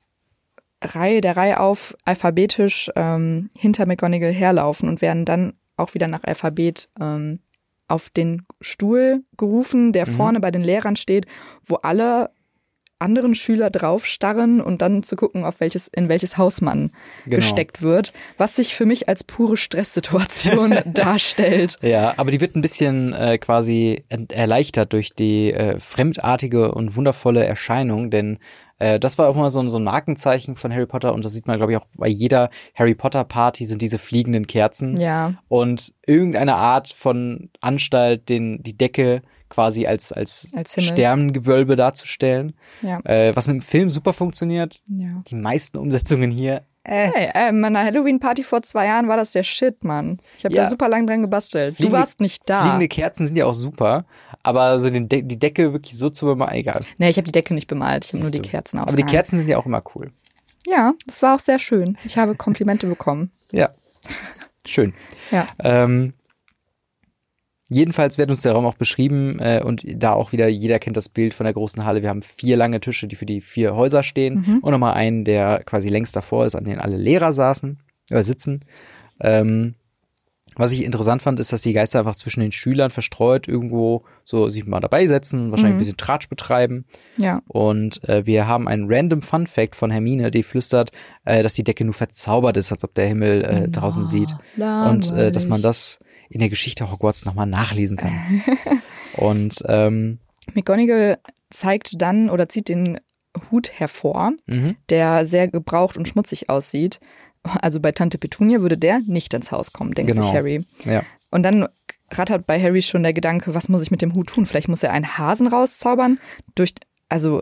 Speaker 1: Reihe der Reihe auf alphabetisch ähm, hinter McGonagall herlaufen und werden dann auch wieder nach Alphabet ähm, auf den Stuhl gerufen, der
Speaker 2: Mhm.
Speaker 1: vorne bei den Lehrern steht, wo alle anderen Schüler draufstarren und dann zu gucken, auf welches, in welches Haus man
Speaker 2: Genau.
Speaker 1: gesteckt wird, was sich für mich als pure Stresssituation darstellt.
Speaker 2: Ja, aber die wird ein bisschen äh, quasi ent- erleichtert durch die äh, fremdartige und wundervolle Erscheinung, denn äh, das war auch mal so, ein- so ein Markenzeichen von Harry Potter und das sieht man, glaube ich, auch bei jeder Harry Potter Party sind diese fliegenden Kerzen
Speaker 1: Ja,
Speaker 2: und irgendeine Art von Anstalt, den die Decke quasi als, als,
Speaker 1: Als Himmel.
Speaker 2: Sternengewölbe darzustellen,
Speaker 1: ja,
Speaker 2: äh, was im Film super funktioniert.
Speaker 1: ja.
Speaker 2: Die meisten Umsetzungen hier, äh,
Speaker 1: Hey, äh, in meiner Halloween-Party vor zwei Jahren war das der Shit, Mann. Ich habe
Speaker 2: Ja.
Speaker 1: da super lang dran gebastelt.
Speaker 2: Fliegende-
Speaker 1: du warst nicht da.
Speaker 2: fliegende Kerzen sind ja auch super, aber so den De die Decke wirklich so zu bemalen, egal.
Speaker 1: Nee, ich habe die Decke nicht bemalt, ich habe nur
Speaker 2: Siehst
Speaker 1: die
Speaker 2: du.
Speaker 1: Kerzen
Speaker 2: Aber die
Speaker 1: aufgehangen.
Speaker 2: Kerzen sind ja auch immer cool.
Speaker 1: Ja, das war auch sehr schön. Ich habe Komplimente bekommen.
Speaker 2: Ja. Schön.
Speaker 1: Ja.
Speaker 2: Ähm, jedenfalls wird uns der Raum auch beschrieben äh, und da auch wieder, jeder kennt das Bild von der großen Halle. Wir haben vier lange Tische, die für die vier Häuser stehen und nochmal einen, der quasi längst davor ist, an den alle Lehrer saßen oder sitzen. Ähm, was ich interessant fand, ist, dass die Geister einfach zwischen den Schülern verstreut irgendwo so sich mal dabei setzen, wahrscheinlich ein bisschen Tratsch betreiben.
Speaker 1: Ja.
Speaker 2: Und äh, wir haben einen random Fun Fact von Hermine, die flüstert, äh, dass die Decke nur verzaubert ist, als ob der Himmel
Speaker 1: Ah.
Speaker 2: äh, draußen sieht. Und äh, dass man das in der Geschichte Hogwarts nochmal nachlesen kann. Und ähm,
Speaker 1: McGonagall zeigt dann oder zieht den Hut hervor,
Speaker 2: mhm.
Speaker 1: der sehr gebraucht und schmutzig aussieht. Also bei Tante Petunia würde der nicht ins Haus kommen, denkt
Speaker 2: Genau.
Speaker 1: sich Harry.
Speaker 2: ja.
Speaker 1: Und dann rattert bei Harry schon der Gedanke, was muss ich mit dem Hut tun? Vielleicht muss er einen Hasen rauszaubern. Durch, also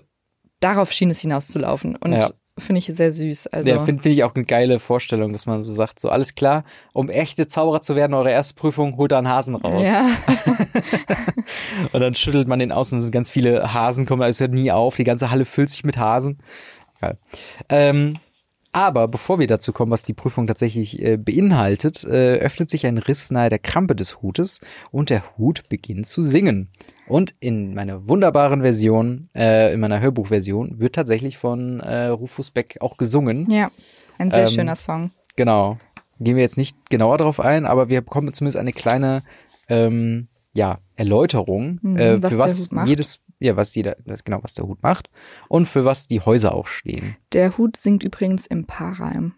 Speaker 1: darauf schien es hinauszulaufen. Und
Speaker 2: Ja.
Speaker 1: finde ich sehr süß. Also,
Speaker 2: ja finde find ich auch eine geile Vorstellung, dass man so sagt, so alles klar, um echte Zauberer zu werden, eure erste Prüfung, holt da einen Hasen raus.
Speaker 1: ja.
Speaker 2: Und dann schüttelt man den aus und es sind ganz viele Hasen, kommen, Also es hört nie auf, die ganze Halle füllt sich mit Hasen. Geil. Ähm, aber bevor wir dazu kommen, was die Prüfung tatsächlich äh, beinhaltet, äh, öffnet sich ein Riss nahe der Krampe des Hutes und der Hut beginnt zu singen. Und in meiner wunderbaren Version, äh, in meiner Hörbuchversion, wird tatsächlich von äh, Rufus Beck auch gesungen.
Speaker 1: ja, ein sehr
Speaker 2: Ähm,
Speaker 1: schöner Song.
Speaker 2: Genau. Gehen wir jetzt nicht genauer darauf ein, aber wir bekommen zumindest eine kleine ähm, ja, Erläuterung,
Speaker 1: Mhm,
Speaker 2: äh,
Speaker 1: was
Speaker 2: für
Speaker 1: der
Speaker 2: was
Speaker 1: Hut macht.
Speaker 2: jedes, ja, was jeder, was- genau, was der Hut macht und für was die Häuser auch stehen.
Speaker 1: Der Hut singt übrigens im Paarreim.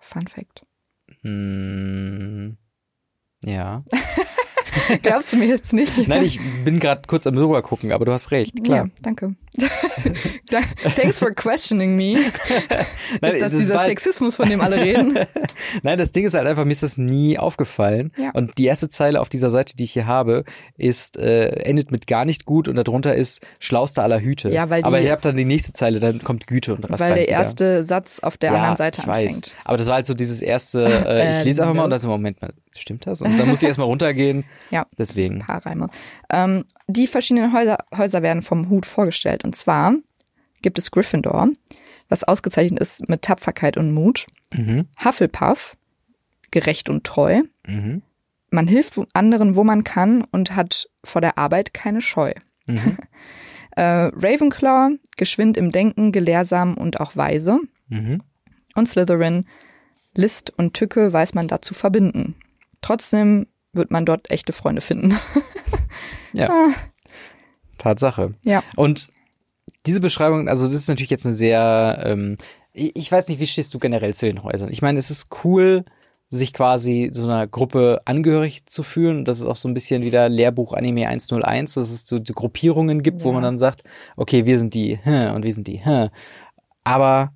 Speaker 1: Fun Fact.
Speaker 2: Hm, ja.
Speaker 1: Glaubst du mir jetzt nicht?
Speaker 2: Nein, ich bin gerade kurz am Sober gucken, aber du hast recht, klar.
Speaker 1: Ja, danke. Da- Thanks for questioning me.
Speaker 2: Nein,
Speaker 1: ist das
Speaker 2: es
Speaker 1: dieser
Speaker 2: war-
Speaker 1: Sexismus, von dem alle reden?
Speaker 2: Nein, das Ding ist halt einfach, mir ist das nie aufgefallen.
Speaker 1: Ja.
Speaker 2: Und die erste Zeile auf dieser Seite, die ich hier habe, ist, äh, endet mit gar nicht gut und darunter ist schlauster aller Hüte.
Speaker 1: Ja, weil die-
Speaker 2: Aber ihr habt dann die nächste Zeile, dann kommt Güte und das
Speaker 1: Weil
Speaker 2: rein
Speaker 1: der
Speaker 2: wieder.
Speaker 1: erste Satz auf der
Speaker 2: ja,
Speaker 1: anderen Seite
Speaker 2: ich
Speaker 1: anfängt.
Speaker 2: Weiß. Aber das war halt so dieses erste, äh, ich
Speaker 1: Äh,
Speaker 2: lese einfach mal
Speaker 1: nö.
Speaker 2: und dann so, Moment mal, stimmt das? Und dann muss ich erstmal runtergehen.
Speaker 1: Ja, das
Speaker 2: Deswegen.
Speaker 1: ist Paarreime. Ähm, die verschiedenen Häuser, Häuser werden vom Hut vorgestellt. Und zwar gibt es Gryffindor, was ausgezeichnet ist mit Tapferkeit und Mut.
Speaker 2: Mhm.
Speaker 1: Hufflepuff, gerecht und treu.
Speaker 2: Mhm.
Speaker 1: Man hilft wo- anderen, wo man kann und hat vor der Arbeit keine Scheu.
Speaker 2: Mhm.
Speaker 1: Äh, Ravenclaw, geschwind im Denken, gelehrsam und auch weise.
Speaker 2: Mhm.
Speaker 1: Und Slytherin, List und Tücke weiß man da zu verbinden. Trotzdem wird man dort echte Freunde finden.
Speaker 2: Ja. Tatsache.
Speaker 1: ja.
Speaker 2: Und diese Beschreibung, also das ist natürlich jetzt eine sehr, ähm, ich ich weiß nicht, wie stehst du generell zu den Häusern? Ich meine, es ist cool, sich quasi so einer Gruppe angehörig zu fühlen. Das ist auch so ein bisschen wieder Lehrbuch Anime 101, dass es so die Gruppierungen gibt, wo
Speaker 1: Ja.
Speaker 2: man dann sagt, okay, wir sind die, hm, und wir sind die, hm. aber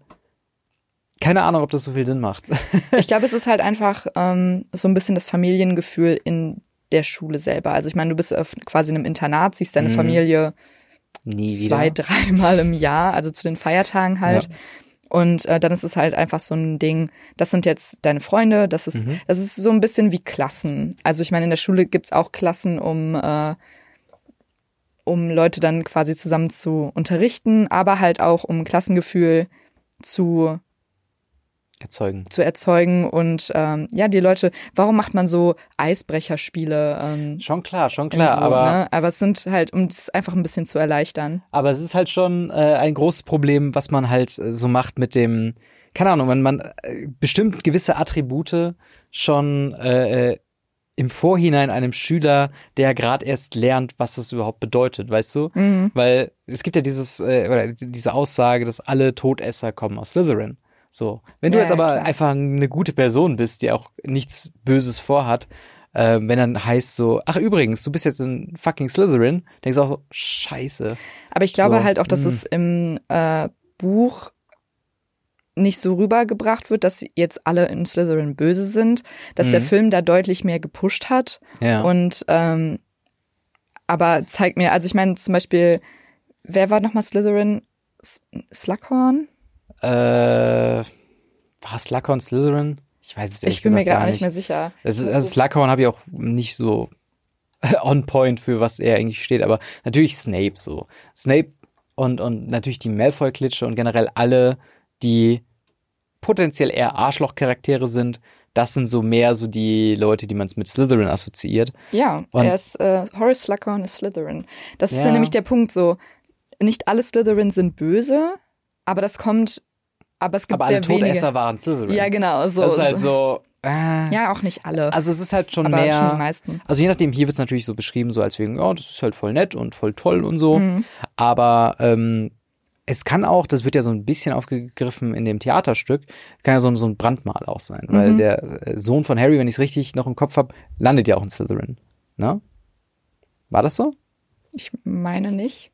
Speaker 2: keine Ahnung, ob das so viel Sinn macht.
Speaker 1: Ich glaube, es ist halt einfach ähm, so ein bisschen das Familiengefühl in der Schule selber. Also ich meine, du bist auf quasi in einem Internat, siehst deine
Speaker 2: Mhm.
Speaker 1: Familie
Speaker 2: Nie
Speaker 1: zwei,
Speaker 2: wieder.
Speaker 1: dreimal im Jahr, also zu den Feiertagen halt. Und äh, dann ist es halt einfach so ein Ding, das sind jetzt deine Freunde, das ist,
Speaker 2: Mhm.
Speaker 1: das ist so ein bisschen wie Klassen. Also ich meine, in der Schule gibt's auch Klassen, um, äh, um Leute dann quasi zusammen zu unterrichten, aber halt auch um Klassengefühl zu
Speaker 2: Erzeugen.
Speaker 1: zu erzeugen und ähm, ja, die Leute, warum macht man so Eisbrecherspiele? Ähm,
Speaker 2: Schon klar, schon
Speaker 1: in
Speaker 2: klar,
Speaker 1: so,
Speaker 2: aber
Speaker 1: ne? aber es sind halt, um es einfach ein bisschen zu erleichtern.
Speaker 2: Aber es ist halt schon äh, ein großes Problem, was man halt äh, so macht mit dem, keine Ahnung, man, man äh, bestimmt gewisse Attribute schon äh, äh, im Vorhinein einem Schüler, der gerade erst lernt, was das überhaupt bedeutet, weißt du?
Speaker 1: Mhm.
Speaker 2: Weil es gibt ja dieses äh, oder diese Aussage, dass alle Todesser kommen aus Slytherin. So, wenn du
Speaker 1: Ja,
Speaker 2: jetzt aber
Speaker 1: klar.
Speaker 2: einfach eine gute Person bist, die auch nichts Böses vorhat, äh, wenn dann heißt so, ach übrigens, du bist jetzt in fucking Slytherin, denkst du auch so, Scheiße.
Speaker 1: Aber ich glaube
Speaker 2: So,
Speaker 1: halt auch, dass
Speaker 2: mm.
Speaker 1: es im äh, Buch nicht so rübergebracht wird, dass jetzt alle in Slytherin böse sind, dass der
Speaker 2: Mhm.
Speaker 1: Film da deutlich mehr gepusht hat.
Speaker 2: Ja.
Speaker 1: Und ähm, aber zeigt mir, also ich meine zum Beispiel, wer war nochmal Slytherin? S Slughorn?
Speaker 2: äh, war Slughorn Slytherin? Ich weiß es ehrlich
Speaker 1: Ich bin mir
Speaker 2: gesagt
Speaker 1: gar,
Speaker 2: gar
Speaker 1: nicht mehr sicher.
Speaker 2: Das ist,
Speaker 1: Das
Speaker 2: also
Speaker 1: ist-
Speaker 2: Slughorn habe ich auch nicht so on point für was er eigentlich steht, aber natürlich Snape so. Snape und, und natürlich die Malfoy-Klitsche und generell alle, die potenziell eher Arschloch-Charaktere sind, das sind so mehr so die Leute, die man es mit Slytherin assoziiert.
Speaker 1: Ja,
Speaker 2: Und-
Speaker 1: er ist äh, Horace Slughorn ist Slytherin. Das ist
Speaker 2: Ja.
Speaker 1: ja nämlich der Punkt so. Nicht alle Slytherin sind böse, aber das kommt, aber es gibt
Speaker 2: Aber alle
Speaker 1: sehr
Speaker 2: Todesser
Speaker 1: wenige.
Speaker 2: waren Slytherin.
Speaker 1: Ja, genau, so.
Speaker 2: Das ist halt so. Äh,
Speaker 1: Ja, auch nicht alle,
Speaker 2: Also es ist halt schon
Speaker 1: aber
Speaker 2: mehr.
Speaker 1: schon die meisten.
Speaker 2: Also je nachdem, hier wird es natürlich so beschrieben, so als wegen, ja, das ist halt voll nett und voll toll und so.
Speaker 1: Mhm.
Speaker 2: Aber ähm, es kann auch, das wird ja so ein bisschen aufgegriffen in dem Theaterstück, kann ja so, ein- so ein Brandmal auch sein. Weil
Speaker 1: Mhm.
Speaker 2: der äh, Sohn von Harry, wenn ich es richtig noch im Kopf habe, landet ja auch in Slytherin. Ne? War das so?
Speaker 1: Ich meine nicht.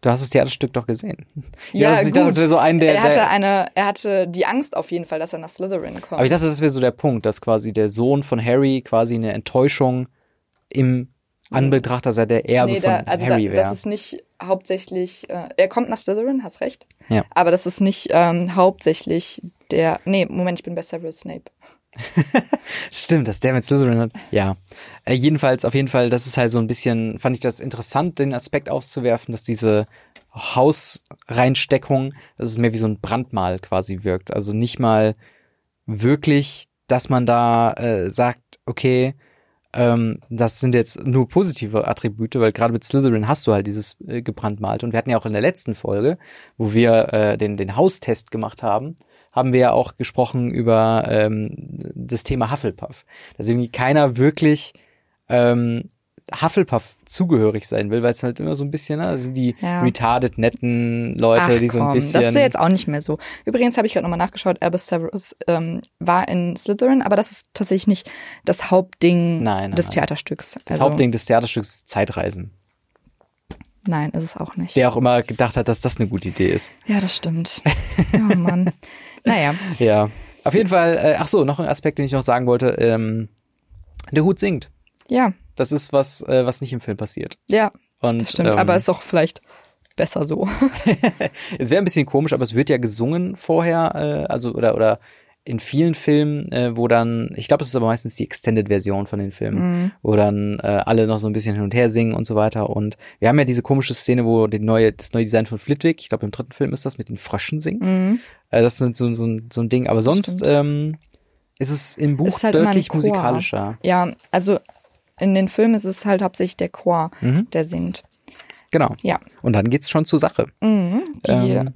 Speaker 2: Du hast das Theaterstück doch gesehen.
Speaker 1: Ja,
Speaker 2: das, ich dachte, das
Speaker 1: gut.
Speaker 2: wäre so ein der.
Speaker 1: er hatte
Speaker 2: der
Speaker 1: eine, er hatte die Angst auf jeden Fall, dass er nach Slytherin kommt.
Speaker 2: aber ich dachte, das wäre so der Punkt, dass quasi der Sohn von Harry quasi eine Enttäuschung im Anbetracht, dass er der Erbe
Speaker 1: Mhm. nee,
Speaker 2: von
Speaker 1: da, also da,
Speaker 2: Harry wäre.
Speaker 1: das ist nicht hauptsächlich. Äh, er kommt nach Slytherin, hast recht.
Speaker 2: Ja.
Speaker 1: Aber das ist nicht ähm, hauptsächlich der. Nee, Moment, ich bin bei Severus Snape.
Speaker 2: Stimmt, dass der mit Slytherin hat. Ja. Äh, jedenfalls, auf jeden Fall, das ist halt so ein bisschen, fand ich das interessant, den Aspekt auszuwerfen, dass diese Hausreinsteckung, dass es mehr wie so ein Brandmal quasi wirkt. Also nicht mal wirklich, dass man da äh, sagt, okay, ähm, das sind jetzt nur positive Attribute, weil gerade mit Slytherin hast du halt dieses äh, gebrandmalte. Und wir hatten ja auch in der letzten Folge, wo wir äh, den, den Haustest gemacht haben, haben wir ja auch gesprochen über ähm, das Thema Hufflepuff. Dass irgendwie keiner wirklich ähm, Hufflepuff zugehörig sein will, weil es halt immer so ein bisschen, ne, das sind die
Speaker 1: Ja.
Speaker 2: retarded netten Leute,
Speaker 1: Ach,
Speaker 2: die so ein
Speaker 1: komm,
Speaker 2: bisschen.
Speaker 1: Das ist ja jetzt auch nicht mehr so. Übrigens habe ich gerade nochmal nachgeschaut, Albus Severus ähm, war in Slytherin, aber das ist tatsächlich nicht das Hauptding
Speaker 2: Nein, nein,
Speaker 1: des
Speaker 2: nein.
Speaker 1: Theaterstücks.
Speaker 2: das
Speaker 1: Also,
Speaker 2: Hauptding des Theaterstücks ist Zeitreisen.
Speaker 1: Nein, ist es auch nicht.
Speaker 2: Wer auch immer gedacht hat, dass das eine gute Idee ist.
Speaker 1: Ja, das stimmt. Oh Mann. Naja.
Speaker 2: Ja. Auf jeden Fall, äh, ach so, noch ein Aspekt, den ich noch sagen wollte. Ähm, der Hut singt.
Speaker 1: Ja,
Speaker 2: Das ist was, äh, was nicht im Film passiert.
Speaker 1: ja,
Speaker 2: Und,
Speaker 1: das stimmt.
Speaker 2: ähm,
Speaker 1: aber ist auch vielleicht besser so.
Speaker 2: es wäre ein bisschen komisch, aber es wird ja gesungen vorher, äh, also oder oder in vielen Filmen, äh, wo dann, ich glaube, es ist aber meistens die Extended-Version von den Filmen,
Speaker 1: Mhm.
Speaker 2: wo dann äh, alle noch so ein bisschen hin und her singen und so weiter. Und wir haben ja diese komische Szene, wo die neue, das neue Design von Flitwick, ich glaube im dritten Film ist das, mit den Fröschen singen.
Speaker 1: Mhm.
Speaker 2: Äh, das ist so, so, ein- so ein Ding. Aber sonst
Speaker 1: Stimmt.
Speaker 2: ähm, ist es im Buch
Speaker 1: Ist halt immer ein
Speaker 2: deutlich
Speaker 1: Chor.
Speaker 2: musikalischer.
Speaker 1: Ja, also in den Filmen ist es halt hauptsächlich der Chor,
Speaker 2: Mhm.
Speaker 1: der singt.
Speaker 2: Genau.
Speaker 1: Ja.
Speaker 2: Und dann geht's schon zur Sache.
Speaker 1: Mhm. Die,
Speaker 2: Ähm.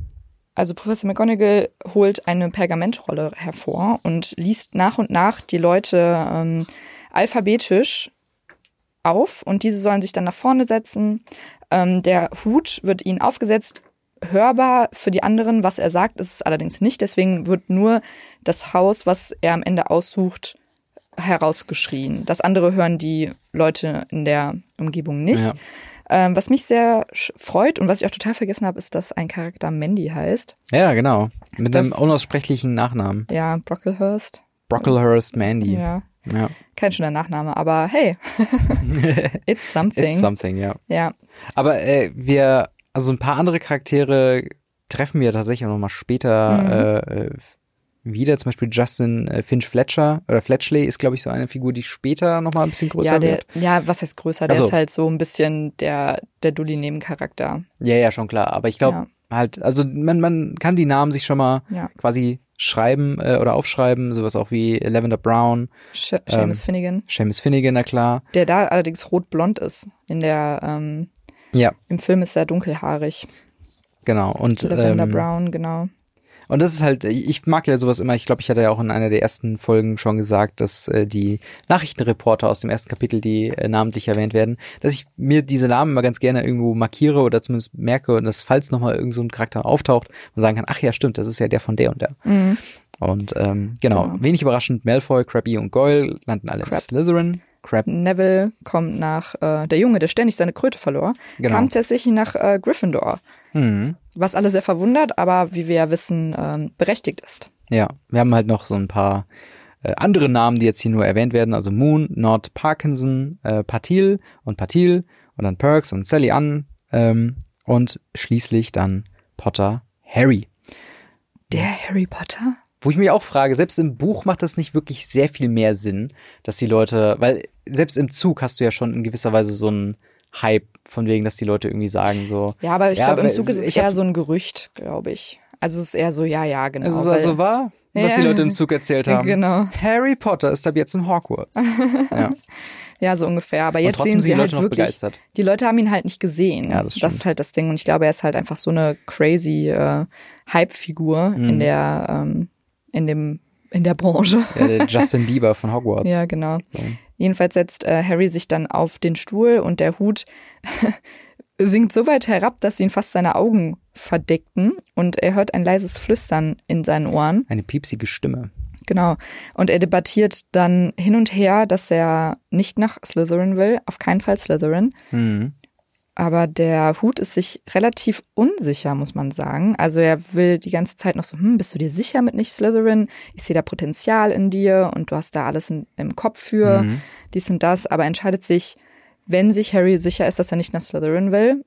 Speaker 1: Also Professor McGonagall holt eine Pergamentrolle hervor und liest nach und nach die Leute ähm, alphabetisch auf und diese sollen sich dann nach vorne setzen. Ähm, der Hut wird ihnen aufgesetzt. Hörbar für die anderen, was er sagt, ist es allerdings nicht. Deswegen wird nur das Haus, was er am Ende aussucht, herausgeschrien. Das andere hören die Leute in der Umgebung nicht.
Speaker 2: Ja.
Speaker 1: Ähm, was mich sehr sch- freut und was ich auch total vergessen habe, ist, dass ein Charakter Mandy heißt.
Speaker 2: Ja, genau. Mit
Speaker 1: Das-
Speaker 2: einem unaussprechlichen Nachnamen.
Speaker 1: Ja, Brocklehurst.
Speaker 2: Brocklehurst Mandy.
Speaker 1: Ja,
Speaker 2: ja.
Speaker 1: kein schöner Nachname, aber hey, it's something.
Speaker 2: It's something, ja.
Speaker 1: ja,
Speaker 2: Aber äh, wir, also ein paar andere Charaktere treffen wir tatsächlich auch nochmal später
Speaker 1: Mhm.
Speaker 2: äh, äh, wieder. Zum Beispiel Justin äh, Finch Fletcher oder Fletchley ist, glaube ich, so eine Figur, die später nochmal ein bisschen größer
Speaker 1: ja, der,
Speaker 2: wird.
Speaker 1: ja, was heißt größer? Der
Speaker 2: Ach so.
Speaker 1: ist halt so ein bisschen der, der Dulli-Nebencharakter.
Speaker 2: Ja, ja, schon klar. Aber ich glaube halt, also man, man kann die Namen sich schon mal
Speaker 1: Ja.
Speaker 2: quasi schreiben äh, oder aufschreiben, sowas auch wie Lavender Brown,
Speaker 1: Sh
Speaker 2: Ähm.
Speaker 1: Seamus Finnegan,
Speaker 2: Seamus Finnegan, na klar.
Speaker 1: der da allerdings rot-blond ist. In der, ähm,
Speaker 2: Ja,
Speaker 1: Im Film ist er dunkelhaarig.
Speaker 2: genau. Und
Speaker 1: Lavender
Speaker 2: ähm,
Speaker 1: Brown, genau.
Speaker 2: Und das ist halt, ich mag ja sowas immer, ich glaube, ich hatte ja auch in einer der ersten Folgen schon gesagt, dass äh, die Nachrichtenreporter aus dem ersten Kapitel, die äh, namentlich erwähnt werden, dass ich mir diese Namen immer ganz gerne irgendwo markiere oder zumindest merke und dass, falls nochmal irgend so ein Charakter auftaucht, man sagen kann, ach ja, stimmt, das ist ja der von der und der.
Speaker 1: Mhm.
Speaker 2: Und ähm, genau,
Speaker 1: Genau.
Speaker 2: wenig überraschend, Malfoy, Krabby und Goyle landen alle in
Speaker 1: Crab.
Speaker 2: Slytherin. Crab,
Speaker 1: Neville kommt nach, äh, der Junge, der ständig seine Kröte verlor,
Speaker 2: genau.
Speaker 1: kam tatsächlich nach äh, Gryffindor.
Speaker 2: Mhm.
Speaker 1: Was alle sehr verwundert, aber wie wir ja wissen, ähm, berechtigt ist.
Speaker 2: Ja, wir haben halt noch so ein paar äh, andere Namen, die jetzt hier nur erwähnt werden. Also Moon, Nord, Parkinson, äh, Patil und Patil und dann Perks und Sally Ann ähm, und schließlich dann Potter Harry.
Speaker 1: Der Harry Potter?
Speaker 2: Wo ich mich auch frage, selbst im Buch macht das nicht wirklich sehr viel mehr Sinn, dass die Leute, weil selbst im Zug hast du ja schon in gewisser Weise so einen Hype von wegen, dass die Leute irgendwie sagen so.
Speaker 1: Ja, aber ich
Speaker 2: Ja,
Speaker 1: glaube, im
Speaker 2: aber
Speaker 1: Zug ist es
Speaker 2: ich hab-
Speaker 1: eher so ein Gerücht, glaube ich. Also es ist eher so, ja, ja, genau.
Speaker 2: Es ist
Speaker 1: weil-
Speaker 2: also wahr, was
Speaker 1: Ja.
Speaker 2: die Leute im Zug erzählt haben.
Speaker 1: Genau.
Speaker 2: Harry Potter ist ab jetzt in Hogwarts. ja.
Speaker 1: ja, so ungefähr. Aber
Speaker 2: Und
Speaker 1: jetzt
Speaker 2: trotzdem
Speaker 1: sehen sie
Speaker 2: sind die
Speaker 1: halt
Speaker 2: Leute noch
Speaker 1: wirklich,
Speaker 2: begeistert.
Speaker 1: die Leute haben ihn halt nicht gesehen.
Speaker 2: Ja, das stimmt.
Speaker 1: ist halt das Ding. Und ich glaube, er ist halt einfach so eine crazy äh, Hype-Figur
Speaker 2: Mhm.
Speaker 1: in der, ähm, in dem, in der Branche.
Speaker 2: Ja, Äh, der Justin Bieber von Hogwarts.
Speaker 1: Ja, genau.
Speaker 2: So.
Speaker 1: Jedenfalls setzt äh, Harry sich dann auf den Stuhl und der Hut sinkt so weit herab, dass ihn fast seine Augen verdeckten und er hört ein leises Flüstern in seinen Ohren.
Speaker 2: Eine piepsige Stimme.
Speaker 1: Genau. Und er debattiert dann hin und her, dass er nicht nach Slytherin will, auf keinen Fall Slytherin.
Speaker 2: Hm.
Speaker 1: Aber der Hut ist sich relativ unsicher, muss man sagen. Also er will die ganze Zeit noch so, hm, bist du dir sicher mit nicht Slytherin? Ich sehe da Potenzial in dir und du hast da alles in, im Kopf für
Speaker 2: Mhm.
Speaker 1: dies und das. Aber entscheidet sich, wenn sich Harry sicher ist, dass er nicht nach Slytherin will,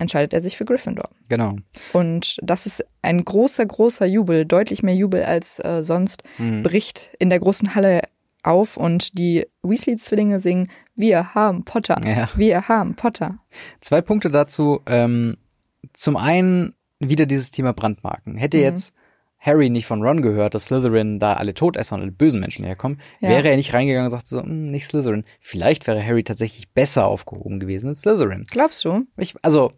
Speaker 1: entscheidet er sich für Gryffindor.
Speaker 2: Genau.
Speaker 1: Und das ist ein großer, großer Jubel, deutlich mehr Jubel als äh, sonst
Speaker 2: Mhm.
Speaker 1: bricht in der großen Halle auf und die Weasley-Zwillinge singen Wir haben Potter.
Speaker 2: Ja.
Speaker 1: Wir haben Potter.
Speaker 2: Zwei Punkte dazu. Ähm, zum einen wieder dieses Thema Brandmarken. Hätte
Speaker 1: Mhm.
Speaker 2: jetzt Harry nicht von Ron gehört, dass Slytherin da alle Todesser und alle bösen Menschen herkommen,
Speaker 1: Ja.
Speaker 2: wäre er nicht reingegangen und sagte so, "Hm, nicht Slytherin. Vielleicht wäre Harry tatsächlich besser aufgehoben gewesen als Slytherin.
Speaker 1: Glaubst du?
Speaker 2: Ich, also,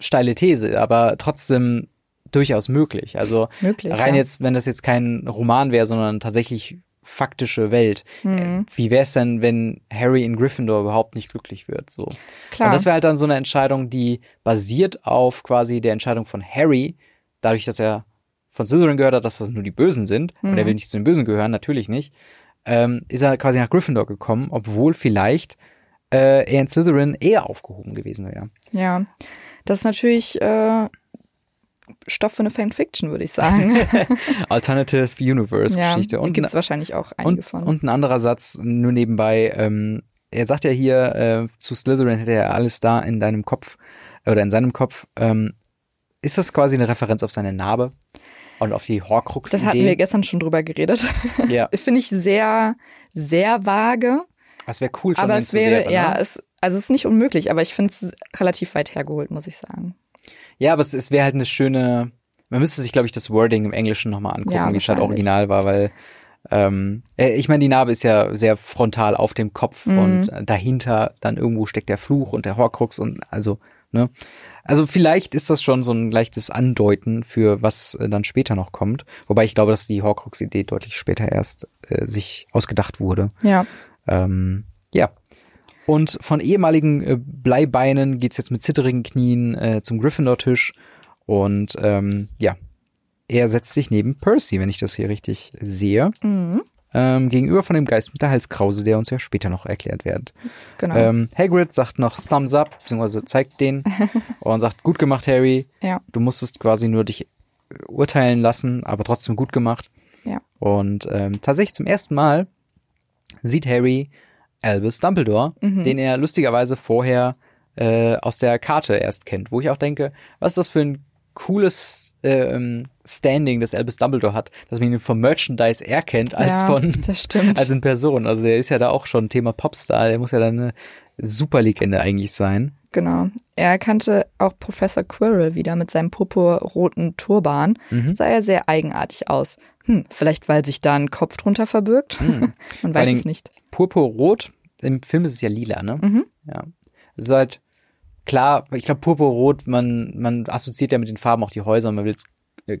Speaker 2: steile These, aber trotzdem durchaus möglich. Also,
Speaker 1: Möglich.
Speaker 2: Rein
Speaker 1: ja.
Speaker 2: jetzt, wenn das jetzt kein Roman wäre, sondern tatsächlich faktische Welt.
Speaker 1: Mhm.
Speaker 2: Wie wäre es denn, wenn Harry in Gryffindor überhaupt nicht glücklich wird? So.
Speaker 1: Klar.
Speaker 2: Und das wäre halt dann so eine Entscheidung, die basiert auf quasi der Entscheidung von Harry, dadurch, dass er von Slytherin gehört hat, dass das nur die Bösen sind. Und er will nicht zu den Bösen gehören, natürlich nicht. Ähm, ist er quasi nach Gryffindor gekommen, obwohl vielleicht äh, er in Slytherin eher aufgehoben gewesen wäre.
Speaker 1: ja. Das ist natürlich äh, Stoff für eine Fanfiction, würde ich sagen.
Speaker 2: Alternative
Speaker 1: ja.
Speaker 2: Universe-Geschichte. Und genau-
Speaker 1: Gibt es wahrscheinlich auch einige
Speaker 2: Und,
Speaker 1: von.
Speaker 2: und ein anderer Satz nur nebenbei. Ähm, er sagt ja hier, äh, zu Slytherin hätte er alles da in deinem Kopf oder in seinem Kopf. Ähm, ist das quasi eine Referenz auf seine Narbe und auf die
Speaker 1: das hatten wir
Speaker 2: Horcrux-Idee?
Speaker 1: gestern schon drüber geredet.
Speaker 2: Ja,
Speaker 1: Finde ich sehr, sehr vage.
Speaker 2: das wäre cool. Schon,
Speaker 1: aber
Speaker 2: wenn's
Speaker 1: es
Speaker 2: so
Speaker 1: wäre,
Speaker 2: wäre,
Speaker 1: ja,
Speaker 2: Ne?
Speaker 1: es, also es ist nicht unmöglich, aber ich finde es relativ weit hergeholt, muss ich sagen.
Speaker 2: Ja, aber es, es wäre halt eine schöne. Man müsste sich, glaube ich, das Wording im Englischen nochmal angucken,
Speaker 1: Ja,
Speaker 2: wie es halt
Speaker 1: wahrscheinlich.
Speaker 2: original war, weil ähm, äh, ich meine, die Narbe ist ja sehr frontal auf dem Kopf
Speaker 1: Mhm.
Speaker 2: und äh, dahinter dann irgendwo steckt der Fluch und der Horcrux und also, ne? Also vielleicht ist das schon so ein leichtes Andeuten für was äh, dann später noch kommt. Wobei ich glaube, dass die Horcrux-Idee deutlich später erst äh, sich ausgedacht wurde.
Speaker 1: Ja.
Speaker 2: Ähm, ja. Und von ehemaligen äh, Bleibeinen geht's jetzt mit zitterigen Knien äh, zum Gryffindor-Tisch. Und ähm, ja, er setzt sich neben Percy, wenn ich das hier richtig sehe.
Speaker 1: Mhm.
Speaker 2: Ähm, gegenüber von dem Geist mit der Halskrause, der uns ja später noch erklärt wird.
Speaker 1: Genau.
Speaker 2: Ähm, Hagrid sagt noch Thumbs up, beziehungsweise zeigt den und sagt, gut gemacht, Harry.
Speaker 1: Ja.
Speaker 2: Du musstest quasi nur dich äh, urteilen lassen, aber trotzdem gut gemacht.
Speaker 1: Ja.
Speaker 2: Und ähm, tatsächlich zum ersten Mal sieht Harry Albus Dumbledore,
Speaker 1: Mhm.
Speaker 2: den er lustigerweise vorher äh, aus der Karte erst kennt, wo ich auch denke, was ist das für ein cooles ähm, Standing, das Albus Dumbledore hat, dass man ihn vom Merchandise eher kennt als
Speaker 1: ja,
Speaker 2: von
Speaker 1: Das stimmt.
Speaker 2: als in Person. Also der ist ja da auch schon Thema Popstar. Der muss ja dann eine Superlegende eigentlich sein.
Speaker 1: Genau. Er erkannte auch Professor Quirrell wieder mit seinem purpurroten Turban.
Speaker 2: Mhm.
Speaker 1: Sah er sehr eigenartig aus. Hm, vielleicht weil sich da ein Kopf drunter verbirgt. Man weiß
Speaker 2: Hm. Dingen-
Speaker 1: es nicht.
Speaker 2: Purpurrot, im Film ist es ja lila, ne?
Speaker 1: Mhm.
Speaker 2: Ja. Also Es ist halt klar, ich glaube, Purpurrot, man, man assoziiert ja mit den Farben auch die Häuser und man will es äh,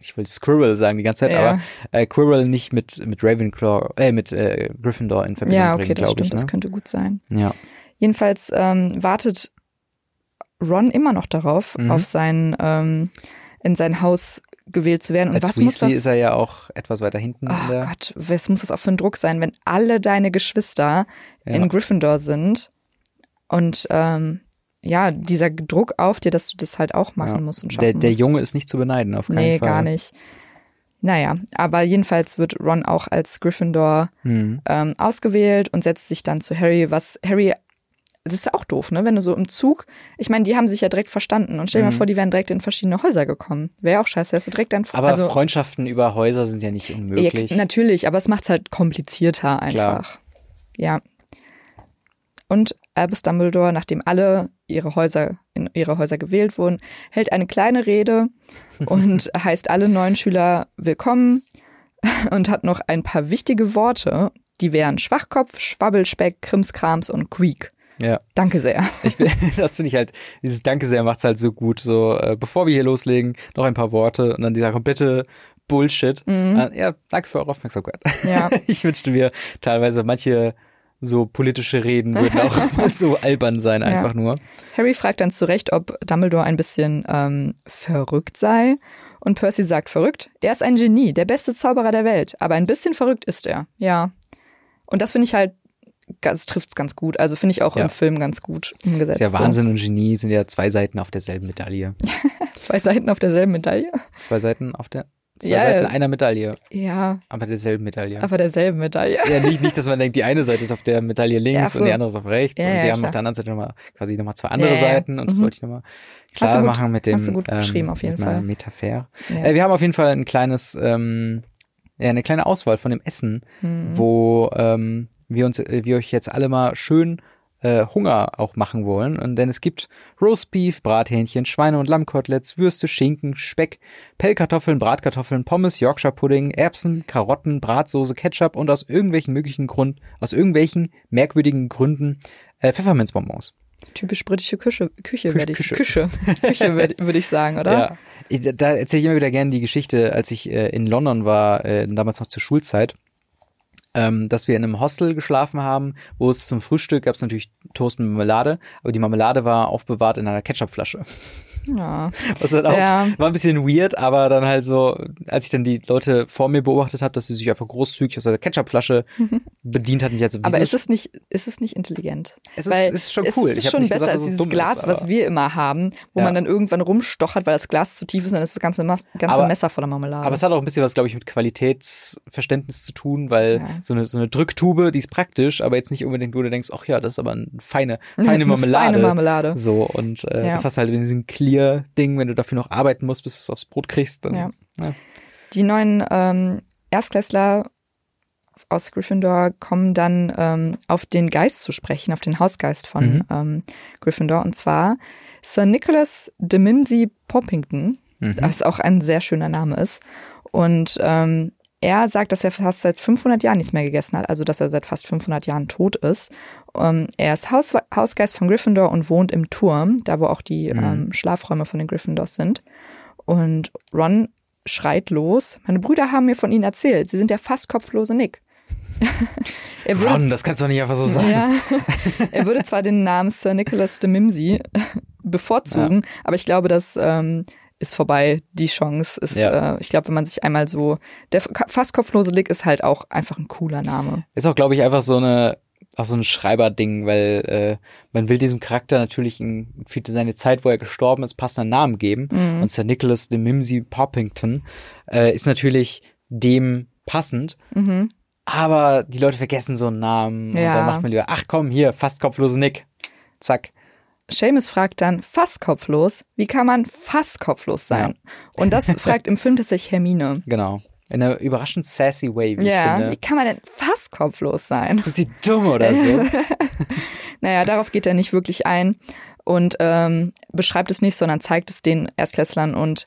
Speaker 2: ich will Squirrel sagen die ganze Zeit,
Speaker 1: Ja.
Speaker 2: aber äh, Quirrell nicht mit mit Ravenclaw, äh, mit äh, Gryffindor in Verbindung
Speaker 1: Ja, okay,
Speaker 2: bringen,
Speaker 1: das
Speaker 2: glaube
Speaker 1: stimmt,
Speaker 2: ich.
Speaker 1: das
Speaker 2: Ne?
Speaker 1: könnte gut sein.
Speaker 2: Ja,
Speaker 1: Jedenfalls ähm, wartet Ron immer noch darauf,
Speaker 2: Mhm.
Speaker 1: auf sein, ähm, in sein Haus gewählt zu werden. Und
Speaker 2: als
Speaker 1: was muss
Speaker 2: Weasley
Speaker 1: das?
Speaker 2: ist er ja auch etwas weiter hinten. in
Speaker 1: Ach
Speaker 2: der,
Speaker 1: Oh Gott, was muss das auch für ein Druck sein, wenn alle deine Geschwister
Speaker 2: Ja.
Speaker 1: in Gryffindor sind und ähm, ja, dieser Druck auf dir, dass du das halt auch machen
Speaker 2: ja.
Speaker 1: musst und schaffen
Speaker 2: der, der
Speaker 1: musst.
Speaker 2: Junge ist nicht zu beneiden auf keinen
Speaker 1: nee,
Speaker 2: Fall.
Speaker 1: gar nicht. Naja, aber jedenfalls wird Ron auch als Gryffindor
Speaker 2: Hm.
Speaker 1: ähm, ausgewählt und setzt sich dann zu Harry, was Harry, das ist ja auch doof, ne? Wenn du so im Zug, ich meine, die haben sich ja direkt verstanden und stell dir
Speaker 2: Mhm.
Speaker 1: mal vor, die wären direkt in verschiedene Häuser gekommen. Wäre auch scheiße, wärst du direkt dein Fre-
Speaker 2: Aber
Speaker 1: also,
Speaker 2: Freundschaften über Häuser sind ja nicht
Speaker 1: ja,
Speaker 2: unmöglich.
Speaker 1: k- natürlich, aber es macht's halt komplizierter einfach. Ja. Und Albus Dumbledore, nachdem alle ihre Häuser in ihre Häuser gewählt wurden, hält eine kleine Rede und heißt alle neuen Schüler willkommen und hat noch ein paar wichtige Worte, die wären Schwachkopf, Schwabbelspeck, Krimskrams und Quiek.
Speaker 2: ja.
Speaker 1: Danke sehr.
Speaker 2: Ich will, das finde ich halt, dieses Danke sehr macht's halt so gut. So, äh, bevor wir hier loslegen, noch ein paar Worte und dann dieser komplette Bullshit.
Speaker 1: Mhm.
Speaker 2: Äh, ja, danke für eure Aufmerksamkeit.
Speaker 1: Ja.
Speaker 2: Ich wünschte mir teilweise manche so politische Reden würden auch mal so albern sein, einfach nur.
Speaker 1: Harry fragt dann zu Recht, ob Dumbledore ein bisschen ähm, verrückt sei. Und Percy sagt, verrückt? Er ist ein Genie, der beste Zauberer der Welt. Aber ein bisschen verrückt ist er, ja. Und das finde ich halt, das trifft es ganz gut. Also finde ich auch
Speaker 2: Ja.
Speaker 1: im Film ganz gut umgesetzt.
Speaker 2: Ist ja Wahnsinn und Genie sind ja zwei Seiten auf derselben Medaille.
Speaker 1: So. Zwei Seiten auf derselben Medaille?
Speaker 2: Zwei Seiten auf der, zwei
Speaker 1: Ja.
Speaker 2: Seiten einer Medaille,
Speaker 1: Ja,
Speaker 2: aber derselben Medaille.
Speaker 1: aber derselben Medaille.
Speaker 2: Ja, nicht, nicht, dass man denkt, die eine Seite ist auf der Medaille
Speaker 1: Ja, ach
Speaker 2: links
Speaker 1: so.
Speaker 2: und die andere ist auf rechts.
Speaker 1: Ja,
Speaker 2: und die
Speaker 1: ja,
Speaker 2: haben
Speaker 1: klar.
Speaker 2: auf der anderen Seite nochmal quasi nochmal zwei andere
Speaker 1: Ja, ja, ja.
Speaker 2: Seiten. Und das
Speaker 1: Mhm.
Speaker 2: wollte ich nochmal klar
Speaker 1: gut-
Speaker 2: machen mit dem. ähm,
Speaker 1: hast du gut beschrieben, auf jeden
Speaker 2: mit meiner
Speaker 1: Fall.
Speaker 2: Metaphär.
Speaker 1: Ja.
Speaker 2: Äh, wir haben auf jeden Fall ein kleines, ähm, ja, eine kleine Auswahl von dem Essen,
Speaker 1: Hm.
Speaker 2: wo ähm, wir uns, äh, wir euch jetzt alle mal schön äh, Hunger auch machen wollen. Und denn es gibt Roastbeef, Brathähnchen, Schweine- und Lammkoteletts, Würste, Schinken, Speck, Pellkartoffeln, Bratkartoffeln, Pommes, Yorkshire Pudding, Erbsen, Karotten, Bratsoße, Ketchup und aus irgendwelchen möglichen Grund, aus irgendwelchen merkwürdigen Gründen äh, Pfefferminzbonbons.
Speaker 1: Typisch britische Küche, Küche
Speaker 2: Küche-
Speaker 1: würde ich,
Speaker 2: Küche.
Speaker 1: Küche, Küche würde würd ich sagen, oder?
Speaker 2: Ja. Ich, da erzähle ich immer wieder gerne die Geschichte, als ich äh, in London war, äh, damals noch zur Schulzeit, ähm, dass wir in einem Hostel geschlafen haben, wo es zum Frühstück gab es natürlich Toast mit Marmelade, aber die Marmelade war aufbewahrt in einer Ketchupflasche.
Speaker 1: Ja.
Speaker 2: Was dann auch
Speaker 1: Ja.
Speaker 2: war ein bisschen weird, aber dann halt so, als ich dann die Leute vor mir beobachtet habe, dass sie sich einfach großzügig aus der Ketchupflasche bedient hatten. Ich also,
Speaker 1: Mhm. Aber
Speaker 2: wieso-
Speaker 1: ist es nicht, ist es nicht intelligent?
Speaker 2: Es ist- ist schon cool.
Speaker 1: Es
Speaker 2: Ich
Speaker 1: ist
Speaker 2: hab
Speaker 1: schon
Speaker 2: nicht
Speaker 1: besser
Speaker 2: gesagt,
Speaker 1: als
Speaker 2: dass es
Speaker 1: dieses
Speaker 2: dumm ist,
Speaker 1: Glas, was
Speaker 2: aber-
Speaker 1: wir immer haben, wo
Speaker 2: Ja.
Speaker 1: man dann irgendwann rumstochert, weil das Glas zu tief ist und dann ist das ganze, Mas ganze
Speaker 2: Aber-
Speaker 1: Messer voller Marmelade.
Speaker 2: Aber es hat auch ein bisschen was, glaube ich, mit Qualitätsverständnis zu tun, weil
Speaker 1: Ja.
Speaker 2: so, eine, so eine Drücktube, die ist praktisch, aber jetzt nicht unbedingt, wo du denkst, ach ja, das ist aber eine feine, feine
Speaker 1: Eine
Speaker 2: Marmelade.
Speaker 1: feine Marmelade.
Speaker 2: So, und äh,
Speaker 1: Ja.
Speaker 2: das hast du halt in diesem Clear-Ding, wenn du dafür noch arbeiten musst, bis du es aufs Brot kriegst, dann
Speaker 1: Ja.
Speaker 2: ja.
Speaker 1: Die neuen ähm, Erstklässler aus Gryffindor kommen dann ähm, auf den Geist zu sprechen, auf den Hausgeist von
Speaker 2: Mhm.
Speaker 1: ähm, Gryffindor und zwar Sir Nicholas de Mimsey Poppington,
Speaker 2: Mhm.
Speaker 1: was auch ein sehr schöner Name ist. Und ähm, er sagt, dass er fast seit 500 Jahren nichts mehr gegessen hat, also dass er seit fast 500 Jahren tot ist. Ähm, er ist Haus Hausgeist von Gryffindor und wohnt im Turm, da wo auch die
Speaker 2: Mhm.
Speaker 1: ähm, Schlafräume von den Gryffindors sind. Und Ron schreit los. Meine Brüder haben mir von ihnen erzählt. Sie sind der fast kopflose Nick. er,
Speaker 2: Ron,
Speaker 1: würde,
Speaker 2: das kannst du doch nicht einfach so sagen.
Speaker 1: ja, er würde zwar den Namen Sir Nicholas de Mimsey bevorzugen, aber ich glaube, das ähm, ist vorbei. Die Chance ist,
Speaker 2: Ja.
Speaker 1: äh, ich glaube, wenn man sich einmal so. Der fa- fast kopflose Nick ist halt auch einfach ein cooler Name.
Speaker 2: Ist auch, glaube ich, einfach so eine auch so ein Schreiberding, weil äh, man will diesem Charakter natürlich in, für seine Zeit, wo er gestorben ist, passenden Namen geben.
Speaker 1: Mhm.
Speaker 2: Und Sir Nicholas de Mimsey Poppington äh, ist natürlich dem passend. Aber die Leute vergessen so einen Namen
Speaker 1: Mhm. Ja.
Speaker 2: und dann macht man lieber, ach komm, hier, fast kopflose Nick. Zack.
Speaker 1: Seamus fragt dann fast kopflos, wie kann man fast kopflos sein? Und das fragt im Film tatsächlich Hermine.
Speaker 2: Genau. In einer überraschend sassy way, wie
Speaker 1: ja,
Speaker 2: ich
Speaker 1: wie
Speaker 2: finde.
Speaker 1: kann man denn fast kopflos sein?
Speaker 2: Sind sie dumm oder so?
Speaker 1: Naja, darauf geht er nicht wirklich ein und ähm, beschreibt es nicht, sondern zeigt es den Erstklässlern und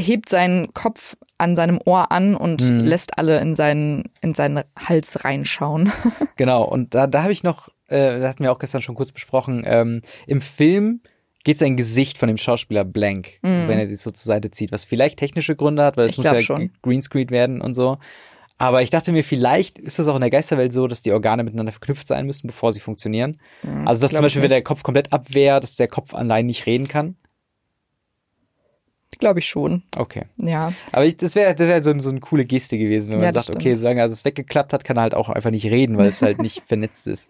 Speaker 1: hebt seinen Kopf an seinem Ohr an und
Speaker 2: Mhm.
Speaker 1: lässt alle in seinen, in seinen Hals reinschauen.
Speaker 2: Genau, und da, da habe ich noch, äh, das hatten wir auch gestern schon kurz besprochen, ähm, im Film geht sein Gesicht von dem Schauspieler blank, wenn er das so zur Seite zieht, was vielleicht technische Gründe hat, weil
Speaker 1: Mhm.
Speaker 2: es
Speaker 1: Ich
Speaker 2: muss
Speaker 1: glaub
Speaker 2: ja
Speaker 1: schon.
Speaker 2: Greenscreen werden und so. Aber ich dachte mir, vielleicht ist das auch in der Geisterwelt so, dass die Organe miteinander verknüpft sein müssen, bevor sie funktionieren. also, dass
Speaker 1: Mhm, glaub
Speaker 2: zum
Speaker 1: ich
Speaker 2: Beispiel, wenn
Speaker 1: nicht.
Speaker 2: der Kopf komplett ab wäre, dass der Kopf allein nicht reden kann.
Speaker 1: Glaube ich schon.
Speaker 2: Okay.
Speaker 1: Ja.
Speaker 2: Aber ich, das wäre das wär so, so eine coole Geste gewesen, wenn man
Speaker 1: Ja, das
Speaker 2: sagt, okay, solange er das weggeklappt hat, kann er halt auch einfach nicht reden, weil es halt nicht vernetzt ist.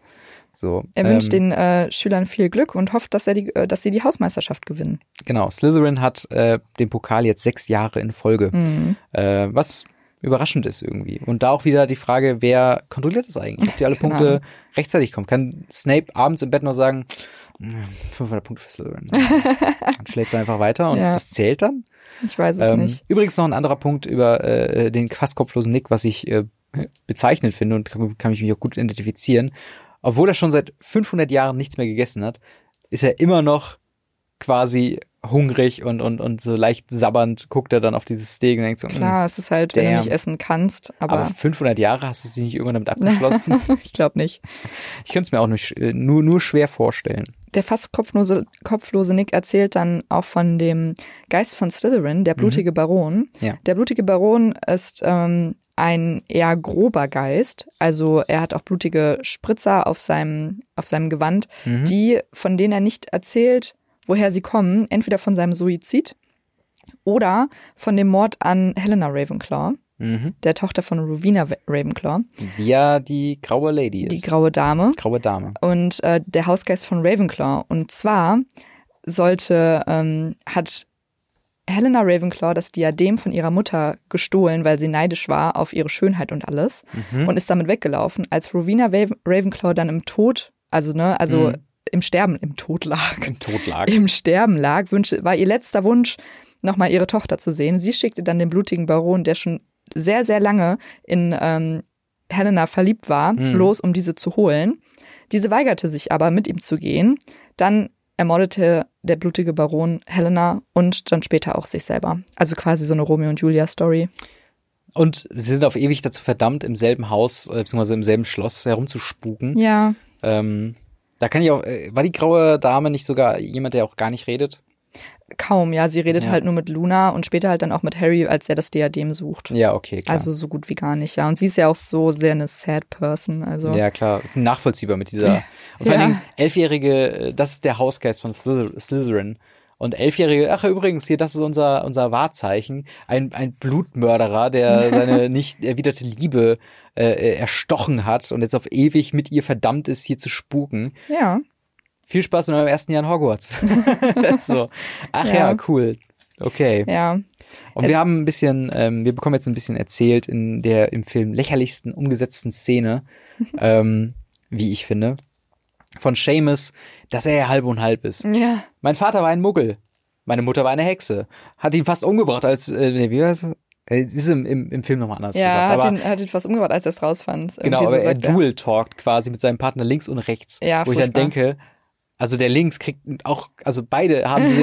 Speaker 2: So. ähm,
Speaker 1: Er wünscht den äh, Schülern viel Glück und hofft, dass, er die, äh, dass sie die Hausmeisterschaft gewinnen.
Speaker 2: Genau, Slytherin hat äh, den Pokal jetzt sechs Jahre in Folge,
Speaker 1: Mhm.
Speaker 2: äh, was überraschend ist irgendwie. Und da auch wieder die Frage, wer kontrolliert das eigentlich? Ob die alle
Speaker 1: Keine
Speaker 2: Punkte rechtzeitig kommen? Kann Snape abends im Bett noch sagen, "Mm, 500 Punkte für Slytherin. und schläft dann einfach weiter und
Speaker 1: Ja.
Speaker 2: das zählt dann?
Speaker 1: Ich weiß es
Speaker 2: Ähm,
Speaker 1: nicht.
Speaker 2: übrigens noch ein anderer Punkt über äh, den fast kopflosen Nick, was ich äh, bezeichnet finde und kann, kann ich mich auch gut identifizieren. Obwohl er schon seit 500 Jahren nichts mehr gegessen hat, ist er immer noch quasi hungrig und, und, und so leicht sabbernd guckt er dann auf dieses Steak und denkt so, "Mm,
Speaker 1: Klar, es ist halt, wenn du
Speaker 2: damn.
Speaker 1: nicht essen kannst,
Speaker 2: aber
Speaker 1: aber,
Speaker 2: 500 Jahre hast du sie nicht irgendwann damit abgeschlossen?
Speaker 1: ich glaube nicht.
Speaker 2: ich könnte es mir auch nicht, äh, nur, nur schwer vorstellen.
Speaker 1: Der fast kopflose, kopflose Nick erzählt dann auch von dem Geist von Slytherin, der blutige Baron.
Speaker 2: Mhm. Ja.
Speaker 1: Der blutige Baron ist ähm, ein eher grober Geist. Also er hat auch blutige Spritzer auf seinem, auf seinem Gewand,
Speaker 2: Mhm.
Speaker 1: die, von denen er nicht erzählt, woher sie kommen. Entweder von seinem Suizid oder von dem Mord an Helena Ravenclaw,
Speaker 2: Mhm.
Speaker 1: der Tochter von Rowena Ravenclaw,
Speaker 2: Die ja die graue Lady ist.
Speaker 1: die graue Dame
Speaker 2: graue Dame.
Speaker 1: und äh, der Hausgeist von Ravenclaw. Und zwar sollte, ähm, hat Helena Ravenclaw das Diadem von ihrer Mutter gestohlen, weil sie neidisch war auf ihre Schönheit und alles
Speaker 2: Hm. Mhm.
Speaker 1: und ist damit weggelaufen. Als Rowena Raven Ravenclaw dann im Tod, also ne, also
Speaker 2: Mhm.
Speaker 1: im Sterben, im Tod lag,
Speaker 2: Im Totlag.
Speaker 1: im Sterben lag, wünschte, war ihr letzter Wunsch, nochmal ihre Tochter zu sehen. Sie schickte dann den blutigen Baron, der schon sehr, sehr lange in ähm, Helena verliebt war,
Speaker 2: Mhm.
Speaker 1: los, um diese zu holen. Diese weigerte sich aber, mit ihm zu gehen. Dann ermordete der blutige Baron Helena und dann später auch sich selber. Also quasi so eine Romeo und Julia-Story.
Speaker 2: Und sie sind auf ewig dazu verdammt, im selben Haus, äh, beziehungsweise im selben Schloss herumzuspuken.
Speaker 1: Ja,
Speaker 2: Ähm, da kann ich auch, äh, war die graue Dame nicht sogar jemand, der auch gar nicht redet?
Speaker 1: kaum. Ja, sie redet
Speaker 2: Ja.
Speaker 1: halt nur mit Luna und später halt dann auch mit Harry, als er das Diadem sucht.
Speaker 2: Ja, okay, klar.
Speaker 1: Also so gut wie gar nicht, ja. Und sie ist ja auch so sehr eine sad person. Also
Speaker 2: Ja, klar. Nachvollziehbar mit dieser. Und vor
Speaker 1: Ja.
Speaker 2: allen Dingen, Elfjährige, äh, das ist der Hausgeist von Slyther- Slytherin. Und Elfjährige, ach ja, übrigens, hier, das ist unser, unser Wahrzeichen. Ein, ein Blutmörderer, der seine nicht erwiderte Liebe äh, äh, erstochen hat und jetzt auf ewig mit ihr verdammt ist, hier zu spuken.
Speaker 1: ja.
Speaker 2: viel Spaß in eurem ersten Jahr in Hogwarts. so. Ach ja.
Speaker 1: Ja.
Speaker 2: cool. Okay.
Speaker 1: Ja,
Speaker 2: Und wir haben ein bisschen, ähm, wir bekommen jetzt ein bisschen erzählt in der im Film lächerlichsten umgesetzten Szene, ähm, wie ich finde, von Seamus, dass er ja halb und halb ist.
Speaker 1: ja,
Speaker 2: Mein Vater war ein Muggel. Meine Mutter war eine Hexe. Hat ihn fast umgebracht, als, äh, nee, wie war das? Äh, Es ist im, im, im Film nochmal anders
Speaker 1: ja,
Speaker 2: gesagt.
Speaker 1: hat
Speaker 2: Aber,
Speaker 1: ihn, hat ihn fast umgebracht, als er es rausfand. Irgendwie
Speaker 2: genau,
Speaker 1: so
Speaker 2: aber er
Speaker 1: sagt er.
Speaker 2: dual-talkt quasi mit seinem Partner links und rechts.
Speaker 1: Ja,
Speaker 2: wo ich dann
Speaker 1: furchtbar.
Speaker 2: denke, also der links kriegt auch, also beide haben diese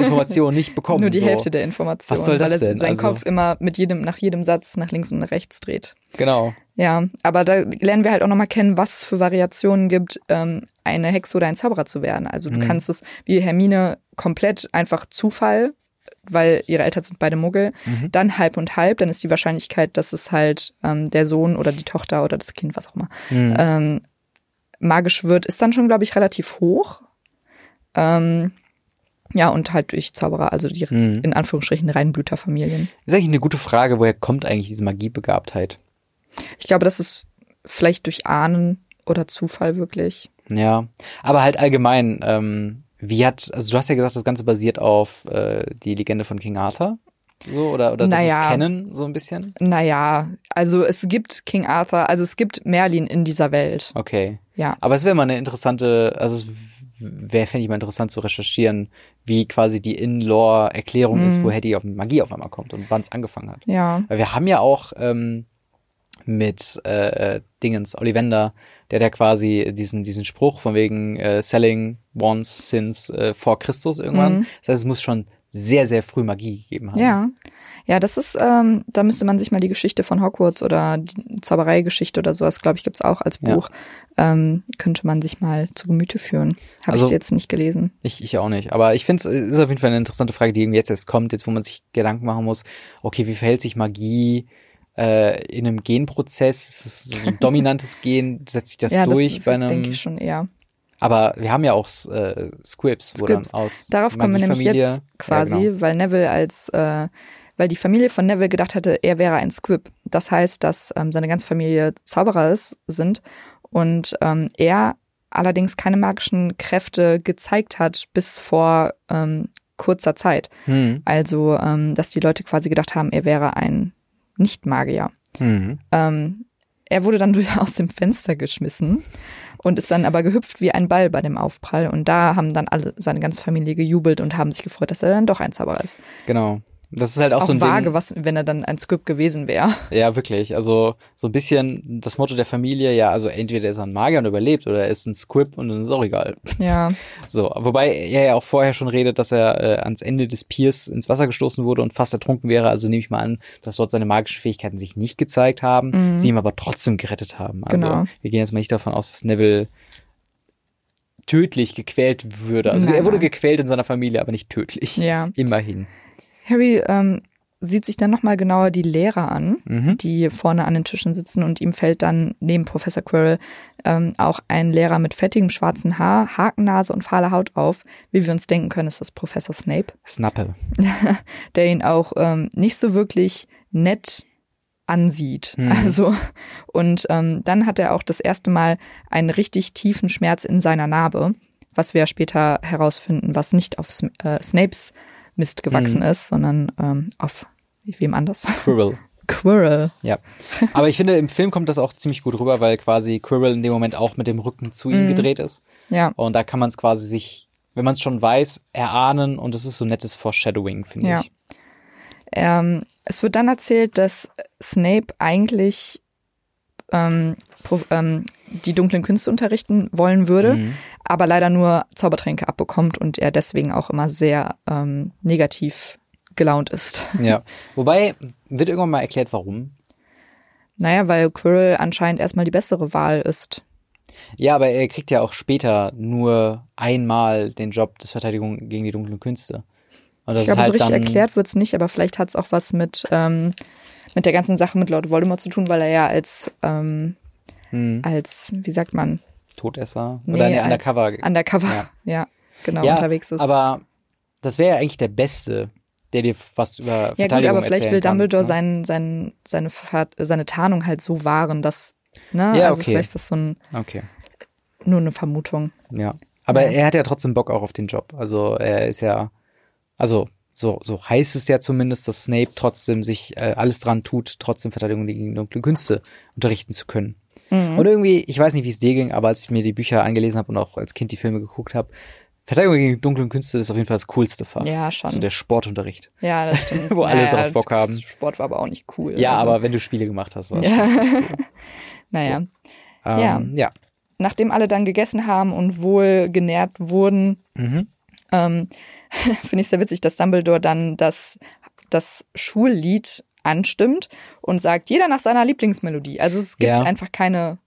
Speaker 2: Information nicht bekommen.
Speaker 1: Nur die
Speaker 2: so.
Speaker 1: Hälfte der Information,
Speaker 2: Was soll das
Speaker 1: weil er
Speaker 2: denn?
Speaker 1: seinen
Speaker 2: Also-
Speaker 1: Kopf immer mit jedem, nach jedem Satz nach links und nach rechts dreht.
Speaker 2: Genau.
Speaker 1: Ja, aber da lernen wir halt auch nochmal kennen, was es für Variationen gibt, ähm, eine Hexe oder ein Zauberer zu werden. Also du kannst es wie Hermine komplett einfach Zufall, weil ihre Eltern sind beide Muggel, dann halb und halb, dann ist die Wahrscheinlichkeit, dass es halt ähm, der Sohn oder die Tochter oder das Kind, was auch immer, ähm, magisch wird, ist dann schon, glaube ich, relativ hoch. Ähm, ja, und halt durch Zauberer, also die
Speaker 2: Mhm.
Speaker 1: in Anführungsstrichen Reinblüterfamilien.
Speaker 2: Ist eigentlich eine gute Frage, woher kommt eigentlich diese Magiebegabtheit?
Speaker 1: Ich glaube, das ist vielleicht durch Ahnen oder Zufall wirklich.
Speaker 2: Ja. Aber halt allgemein, ähm, wie hat, also du hast ja gesagt, das Ganze basiert auf äh, die Legende von King Arthur. So, oder, oder das
Speaker 1: Naja.
Speaker 2: ist Canon, so ein bisschen.
Speaker 1: Naja, also es gibt King Arthur, also es gibt Merlin in dieser Welt.
Speaker 2: Okay.
Speaker 1: Ja.
Speaker 2: Aber es wäre mal eine interessante, also es wäre, fände ich mal interessant zu recherchieren, wie quasi die In-Lore-Erklärung ist, woher die auf Magie auf einmal kommt und wann es angefangen hat.
Speaker 1: Ja.
Speaker 2: Weil wir haben ja auch ähm, mit äh, äh, Dingens, Ollivander, der da quasi diesen, diesen Spruch von wegen äh, Selling Once since äh, vor Christus irgendwann. Das heißt, es muss schon sehr, sehr früh Magie gegeben haben.
Speaker 1: Ja. Ja, das ist, ähm, da müsste man sich mal die Geschichte von Hogwarts oder die Zaubereigeschichte oder sowas, glaube ich, gibt's auch als
Speaker 2: Ja.
Speaker 1: Buch. Ähm, könnte man sich mal zu Gemüte führen. Habe
Speaker 2: Also-
Speaker 1: ich jetzt nicht gelesen.
Speaker 2: Ich, ich auch nicht. Aber ich finde, es ist auf jeden Fall eine interessante Frage, die irgendwie jetzt erst kommt, jetzt wo man sich Gedanken machen muss, okay, wie verhält sich Magie äh, in einem Genprozess? Ist es so ein dominantes Gen? Setzt sich das
Speaker 1: ja,
Speaker 2: durch
Speaker 1: das ist,
Speaker 2: bei einem.
Speaker 1: denke ich schon eher.
Speaker 2: Aber wir haben ja auch äh, Squibs, wo dann
Speaker 1: Squibs.
Speaker 2: aus
Speaker 1: Darauf kommen wir nämlich
Speaker 2: Magiefamilie-
Speaker 1: jetzt quasi,
Speaker 2: Ja, genau.
Speaker 1: weil Neville als, äh, weil die Familie von Neville gedacht hatte, er wäre ein Squib. Das heißt, dass ähm, seine ganze Familie Zauberer ist, sind und ähm, er allerdings keine magischen Kräfte gezeigt hat bis vor ähm, kurzer Zeit.
Speaker 2: Hm,
Speaker 1: Also, ähm, dass die Leute quasi gedacht haben, er wäre ein Nicht-Magier.
Speaker 2: hm.
Speaker 1: Ähm, er wurde dann durch- aus dem Fenster geschmissen und ist dann aber gehüpft wie ein Ball bei dem Aufprall. Und da haben dann alle seine ganze Familie gejubelt und haben sich gefreut, dass er dann doch ein Zauberer ist.
Speaker 2: Genau. Das ist halt auch,
Speaker 1: Auch,
Speaker 2: so ein
Speaker 1: vage,
Speaker 2: Ding.
Speaker 1: was, wenn er dann ein Script gewesen wäre.
Speaker 2: Ja, wirklich. Also so ein bisschen das Motto der Familie, ja, also entweder ist er ein Magier und überlebt oder er ist ein Squib und dann ist auch egal.
Speaker 1: Ja,
Speaker 2: So, wobei er ja auch vorher schon redet, dass er äh, ans Ende des Piers ins Wasser gestoßen wurde und fast ertrunken wäre. Also nehme ich mal an, dass dort seine magischen Fähigkeiten sich nicht gezeigt haben,
Speaker 1: Mhm.
Speaker 2: sie ihm aber trotzdem gerettet haben. Also
Speaker 1: Genau.
Speaker 2: wir gehen jetzt mal nicht davon aus, dass Neville tödlich gequält würde. Also
Speaker 1: Nein,
Speaker 2: er wurde
Speaker 1: nein.
Speaker 2: gequält in seiner Familie, aber nicht tödlich.
Speaker 1: ja.
Speaker 2: Immerhin.
Speaker 1: Harry ähm, sieht sich dann nochmal genauer die Lehrer an,
Speaker 2: Mhm.
Speaker 1: die vorne an den Tischen sitzen und ihm fällt dann neben Professor Quirrell ähm, auch ein Lehrer mit fettigem schwarzen Haar, Hakennase und fahler Haut auf. Wie wir uns denken können, ist das Professor Snape.
Speaker 2: Snappe.
Speaker 1: der ihn auch ähm, nicht so wirklich nett ansieht.
Speaker 2: Mhm.
Speaker 1: Also, und ähm, dann hat er auch das erste Mal einen richtig tiefen Schmerz in seiner Narbe, was wir ja später herausfinden, was nicht auf Sm äh, Snapes Mist gewachsen ist, sondern ähm, auf wem anders?
Speaker 2: Quirrell.
Speaker 1: Quirrell.
Speaker 2: Ja. Aber ich finde, im Film kommt das auch ziemlich gut rüber, weil quasi Quirrell in dem Moment auch mit dem Rücken zu ihm
Speaker 1: Mhm.
Speaker 2: gedreht ist.
Speaker 1: Ja,
Speaker 2: Und da kann man es quasi sich, wenn man es schon weiß, erahnen und es ist so nettes Foreshadowing, finde
Speaker 1: Ja.
Speaker 2: ich.
Speaker 1: Ähm, es wird dann erzählt, dass Snape eigentlich ähm, Pro- ähm, die dunklen Künste unterrichten wollen würde,
Speaker 2: Mhm.
Speaker 1: aber leider nur Zaubertränke abbekommt und er deswegen auch immer sehr ähm, negativ gelaunt ist.
Speaker 2: Ja. Wobei, wird irgendwann mal erklärt, warum.
Speaker 1: Naja, weil Quirrell anscheinend erstmal die bessere Wahl ist.
Speaker 2: Ja, aber er kriegt ja auch später nur einmal den Job des Verteidigung gegen die dunklen Künste. Und das
Speaker 1: ich glaube,
Speaker 2: ist
Speaker 1: so
Speaker 2: halt
Speaker 1: richtig
Speaker 2: dann,
Speaker 1: erklärt wird's nicht, aber vielleicht hat's auch was mit, ähm, mit der ganzen Sache mit Lord Voldemort zu tun, weil er ja als, ähm,
Speaker 2: Hm,
Speaker 1: als wie sagt man,
Speaker 2: Todesser
Speaker 1: Nee,
Speaker 2: oder nee,
Speaker 1: als
Speaker 2: Undercover.
Speaker 1: undercover,
Speaker 2: Ja.
Speaker 1: ja, genau,
Speaker 2: ja,
Speaker 1: unterwegs ist.
Speaker 2: aber das wäre ja eigentlich der Beste, der dir was über
Speaker 1: Ja
Speaker 2: Verteidigung
Speaker 1: gut, aber vielleicht
Speaker 2: erzählen
Speaker 1: will Dumbledore
Speaker 2: kann,
Speaker 1: seinen,
Speaker 2: ne?
Speaker 1: seinen, seine, Ver- seine Tarnung halt so wahren, dass, ne,
Speaker 2: Ja,
Speaker 1: also
Speaker 2: okay.
Speaker 1: vielleicht ist das so ein,
Speaker 2: Okay.
Speaker 1: nur eine Vermutung.
Speaker 2: Ja. Aber
Speaker 1: Ja.
Speaker 2: er hat ja trotzdem Bock auch auf den Job. Also er ist ja, also so, so heißt es ja zumindest, dass Snape trotzdem sich äh, alles dran tut, trotzdem Verteidigung gegen dunkle Künste unterrichten zu können.
Speaker 1: Mhm.
Speaker 2: Und irgendwie, ich weiß nicht, wie es dir ging, aber als ich mir die Bücher angelesen habe und auch als Kind die Filme geguckt habe, Verteidigung gegen dunkle Künste ist auf jeden Fall das coolste Fach.
Speaker 1: Ja, schon.
Speaker 2: So der Sportunterricht.
Speaker 1: Ja, das stimmt.
Speaker 2: Wo alle drauf
Speaker 1: das-
Speaker 2: Bock haben.
Speaker 1: Sport war aber auch nicht cool.
Speaker 2: Ja,
Speaker 1: Also,
Speaker 2: aber wenn du Spiele gemacht hast, was.
Speaker 1: Ja. naja. Ja.
Speaker 2: Ähm, ja.
Speaker 1: Nachdem alle dann gegessen haben und wohl genährt wurden,
Speaker 2: Mhm.
Speaker 1: ähm, finde ich sehr witzig, dass Dumbledore dann das, das Schullied anstimmt und sagt, jeder nach seiner Lieblingsmelodie. Also es gibt
Speaker 2: Ja.
Speaker 1: einfach keine.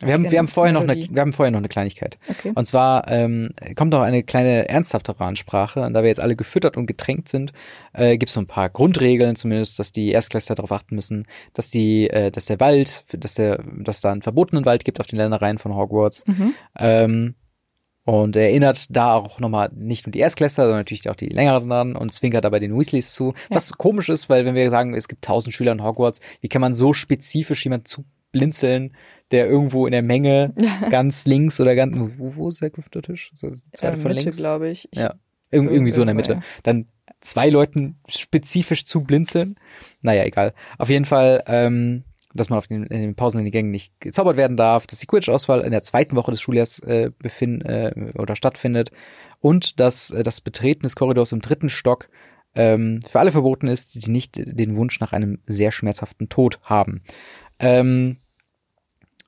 Speaker 2: Wir, haben, wir,
Speaker 1: Genau,
Speaker 2: haben vorher noch eine,
Speaker 1: Melodie.
Speaker 2: wir haben vorher noch eine Kleinigkeit.
Speaker 1: Okay.
Speaker 2: Und zwar ähm, kommt noch eine kleine ernsthaftere Ansprache. Und da wir jetzt alle gefüttert und getränkt sind, äh, gibt es so ein paar Grundregeln zumindest, dass die Erstklässler darauf achten müssen, dass die, äh, dass der Wald, dass der, dass da einen verbotenen Wald gibt auf den Ländereien von Hogwarts.
Speaker 1: Mhm.
Speaker 2: Ähm, und er erinnert da auch nochmal nicht nur die Erstklässler, sondern natürlich auch die längeren dran und zwinkert dabei den Weasleys zu.
Speaker 1: Ja.
Speaker 2: Was komisch ist, weil wenn wir sagen, es gibt tausend Schüler in Hogwarts, wie kann man so spezifisch jemand zublinzeln, der irgendwo in der Menge ganz links oder ganz, wo, wo ist der Griftertisch? Ist das die zweite
Speaker 1: Ähm,
Speaker 2: von
Speaker 1: Mitte,
Speaker 2: links?
Speaker 1: glaube ich. Ich-
Speaker 2: Ja. Irg irgendwie so in der
Speaker 1: Irgendwo,
Speaker 2: Mitte. Dann zwei Leuten spezifisch zu blinzeln. Naja, egal. Auf jeden Fall, ähm, dass man auf den, in den Pausen in den Gängen nicht gezaubert werden darf, dass die Quidditch-Auswahl in der zweiten Woche des Schuljahrs äh, befin- äh, oder stattfindet und dass äh, das Betreten des Korridors im dritten Stock ähm, für alle verboten ist, die nicht den Wunsch nach einem sehr schmerzhaften Tod haben. Ähm,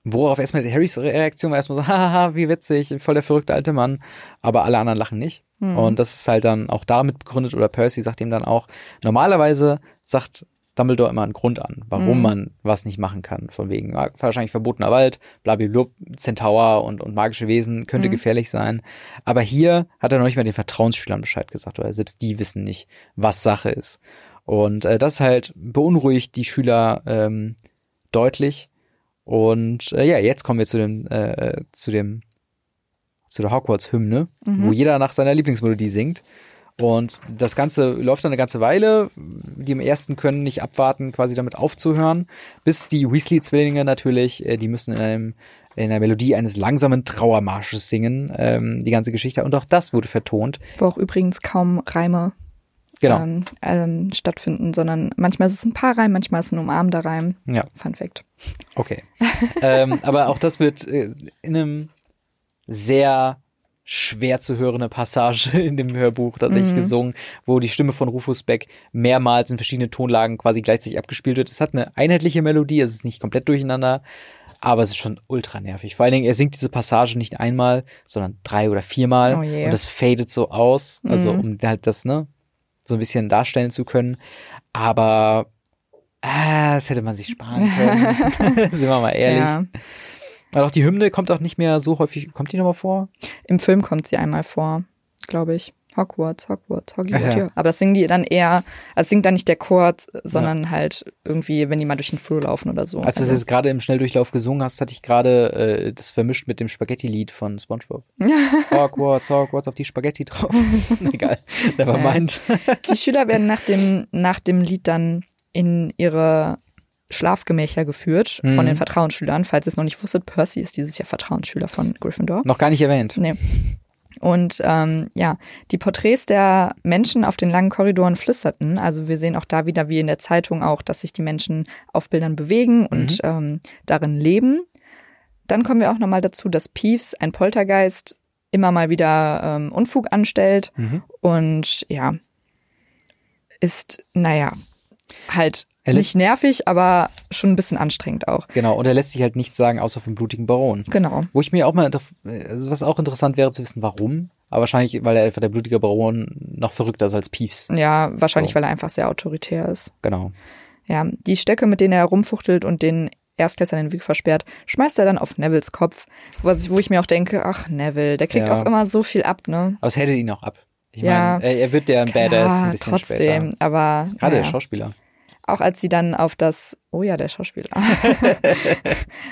Speaker 2: Worauf erstmal Harrys Reaktion war erstmal so, haha, wie witzig, voll der verrückte alte Mann. Aber alle anderen lachen nicht.
Speaker 1: Hm. Mhm.
Speaker 2: Und das ist halt dann auch damit begründet, oder Percy sagt ihm dann auch, normalerweise sagt Dumbledore immer einen Grund an, warum
Speaker 1: Mhm.
Speaker 2: man was nicht machen kann. Von wegen, ja, wahrscheinlich verbotener Wald, blablabla, Centaur und, und magische Wesen könnte
Speaker 1: Mhm.
Speaker 2: gefährlich sein. Aber hier hat er noch nicht mal den Vertrauensschülern Bescheid gesagt, oder selbst die wissen nicht, was Sache ist. Und äh, das halt beunruhigt die Schüler ähm, deutlich. Und äh, ja, jetzt kommen wir zu dem, äh, äh, zu dem, zu der Hogwarts-Hymne,
Speaker 1: Mhm.
Speaker 2: wo jeder nach seiner Lieblingsmelodie singt. Und das Ganze läuft dann eine ganze Weile. Die im ersten können nicht abwarten, quasi damit aufzuhören, bis die Weasley-Zwillinge natürlich, äh, die müssen in einem in der Melodie eines langsamen Trauermarsches singen, ähm, die ganze Geschichte. Und auch das wurde vertont.
Speaker 1: Wo auch übrigens kaum Reime
Speaker 2: Genau.
Speaker 1: ähm, ähm, stattfinden, sondern manchmal ist es ein paar Reim, manchmal ist es ein umarmter Reim.
Speaker 2: Ja.
Speaker 1: Fun Fact.
Speaker 2: Okay. ähm, aber auch das wird äh, in einem sehr schwer zu hörende Passage in dem Hörbuch tatsächlich
Speaker 1: Mhm.
Speaker 2: gesungen, wo die Stimme von Rufus Beck mehrmals in verschiedenen Tonlagen quasi gleichzeitig abgespielt wird. Es hat eine einheitliche Melodie, es ist nicht komplett durcheinander, aber es ist schon ultra nervig. Vor allen Dingen, er singt diese Passage nicht einmal, sondern drei oder viermal
Speaker 1: Oh je.
Speaker 2: und das fadet so aus, also
Speaker 1: Mhm.
Speaker 2: um halt das, ne, so ein bisschen darstellen zu können. Aber ah, das hätte man sich sparen können. Sind wir mal ehrlich.
Speaker 1: Ja.
Speaker 2: Aber auch die Hymne kommt auch nicht mehr so häufig. Kommt die nochmal vor?
Speaker 1: Im Film kommt sie einmal vor, glaube ich. Hogwarts, Hogwarts, Hogwarts.
Speaker 2: Ach ja.
Speaker 1: Ja. Aber das singen die dann eher, also singt dann nicht der Chor, sondern halt irgendwie, wenn die mal durch den Flur laufen oder so.
Speaker 2: Als du es jetzt gerade im Schnelldurchlauf gesungen hast, hatte ich gerade äh, das vermischt mit dem Spaghetti-Lied von SpongeBob. Hogwarts, Hogwarts auf die Spaghetti drauf. Egal, nevermind.
Speaker 1: Die Schüler werden nach dem, nach dem Lied dann in ihre Schlafgemächer geführt
Speaker 2: Mhm.
Speaker 1: von den Vertrauensschülern. Falls ihr es noch nicht wusstet, Percy ist dieses Jahr Vertrauensschüler von Gryffindor.
Speaker 2: Noch gar nicht erwähnt.
Speaker 1: Nee. Und ähm, ja, die Porträts der Menschen auf den langen Korridoren flüsterten. Also wir sehen auch da wieder, wie in der Zeitung auch, dass sich die Menschen auf Bildern bewegen und
Speaker 2: Mhm.
Speaker 1: ähm, darin leben. Dann kommen wir auch nochmal dazu, dass Peeves, ein Poltergeist, immer mal wieder ähm, Unfug anstellt
Speaker 2: Mhm.
Speaker 1: und ja, ist, naja, halt
Speaker 2: Er lässt-
Speaker 1: nicht nervig, aber schon ein bisschen anstrengend auch.
Speaker 2: Genau, und er lässt sich halt nichts sagen, außer vom blutigen Baron.
Speaker 1: Genau.
Speaker 2: Wo ich mir auch mal, interf- also was auch interessant wäre zu wissen, warum. Aber wahrscheinlich, weil er einfach der blutige Baron noch verrückter ist als Peeves.
Speaker 1: Ja, wahrscheinlich,
Speaker 2: So.
Speaker 1: weil er einfach sehr autoritär ist.
Speaker 2: Genau.
Speaker 1: Ja, die Stöcke, mit denen er herumfuchtelt und den Erstklässern den Weg versperrt, schmeißt er dann auf Nevils Kopf, was, wo ich mir auch denke, ach Neville, der kriegt
Speaker 2: Ja.
Speaker 1: auch immer so viel ab, ne?
Speaker 2: Aber es hält ihn auch ab. Ich
Speaker 1: Ja.
Speaker 2: meine, er, er wird der ein Badass ein bisschen
Speaker 1: trotzdem,
Speaker 2: später.
Speaker 1: aber
Speaker 2: Gerade der
Speaker 1: naja.
Speaker 2: Schauspieler.
Speaker 1: auch als sie dann auf das, oh ja, der Schauspieler,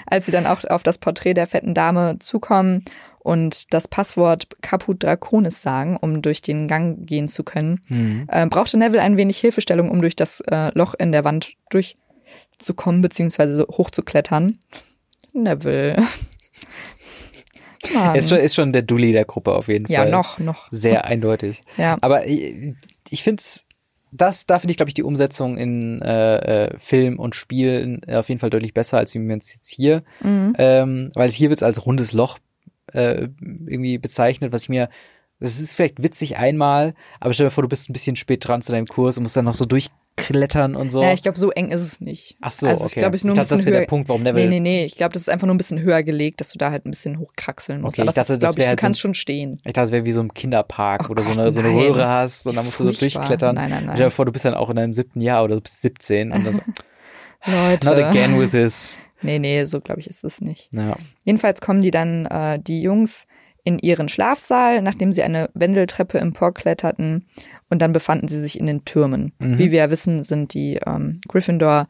Speaker 1: als sie dann auch auf das Porträt der fetten Dame zukommen und das Passwort Caput Draconis sagen, um durch den Gang gehen zu können,
Speaker 2: Mhm.
Speaker 1: äh, brauchte Neville ein wenig Hilfestellung, um durch das äh, Loch in der Wand durchzukommen, beziehungsweise so hochzuklettern. Neville. Mann.
Speaker 2: Er ist schon, ist schon der Dulli der Gruppe auf jeden
Speaker 1: ja,
Speaker 2: Fall.
Speaker 1: noch, noch.
Speaker 2: Sehr eindeutig.
Speaker 1: Ja.
Speaker 2: Aber ich, ich finde es, das, da finde ich, glaube ich, die Umsetzung in äh, äh, Film und Spielen auf jeden Fall deutlich besser, als wie man es jetzt hier,
Speaker 1: Mhm.
Speaker 2: ähm, weil hier wird es als rundes Loch äh, irgendwie bezeichnet, was ich mir, das ist vielleicht witzig einmal, aber stell dir vor, du bist ein bisschen spät dran zu deinem Kurs und musst dann noch so durchklettern und so.
Speaker 1: Ja, ich glaube, so eng ist es nicht.
Speaker 2: Ach so,
Speaker 1: also,
Speaker 2: okay.
Speaker 1: glaube ich, nur ein
Speaker 2: dachte, das
Speaker 1: bisschen
Speaker 2: wäre der
Speaker 1: höher-
Speaker 2: Punkt, warum Neville
Speaker 1: Nee, nee, nee. Ich glaube, das ist einfach nur ein bisschen höher gelegt, dass du da halt ein bisschen hochkraxeln musst.
Speaker 2: Okay,
Speaker 1: Aber
Speaker 2: ich dachte,
Speaker 1: das glaube
Speaker 2: das
Speaker 1: ich,
Speaker 2: wär
Speaker 1: du
Speaker 2: halt so
Speaker 1: kannst
Speaker 2: ein-
Speaker 1: schon stehen.
Speaker 2: Ich dachte, es wäre wie so im Kinderpark,
Speaker 1: Oh
Speaker 2: wo du so
Speaker 1: Gott,
Speaker 2: eine, so eine
Speaker 1: nein.
Speaker 2: Röhre hast und dann musst du so
Speaker 1: Furchtbar.
Speaker 2: durchklettern.
Speaker 1: Nein, nein, nein.
Speaker 2: Stell dir vor, du bist dann auch in deinem siebten Jahr oder du bist 17 und das
Speaker 1: Leute.
Speaker 2: not again with this.
Speaker 1: Nee, nee, so glaube ich ist es nicht.
Speaker 2: Ja.
Speaker 1: Jedenfalls kommen die dann, äh, die Jungs, in ihren Schlafsaal, nachdem sie eine Wendeltreppe emporkletterten und dann befanden sie sich in den Türmen.
Speaker 2: Mhm.
Speaker 1: Wie wir ja wissen, sind die ähm, Gryffindor,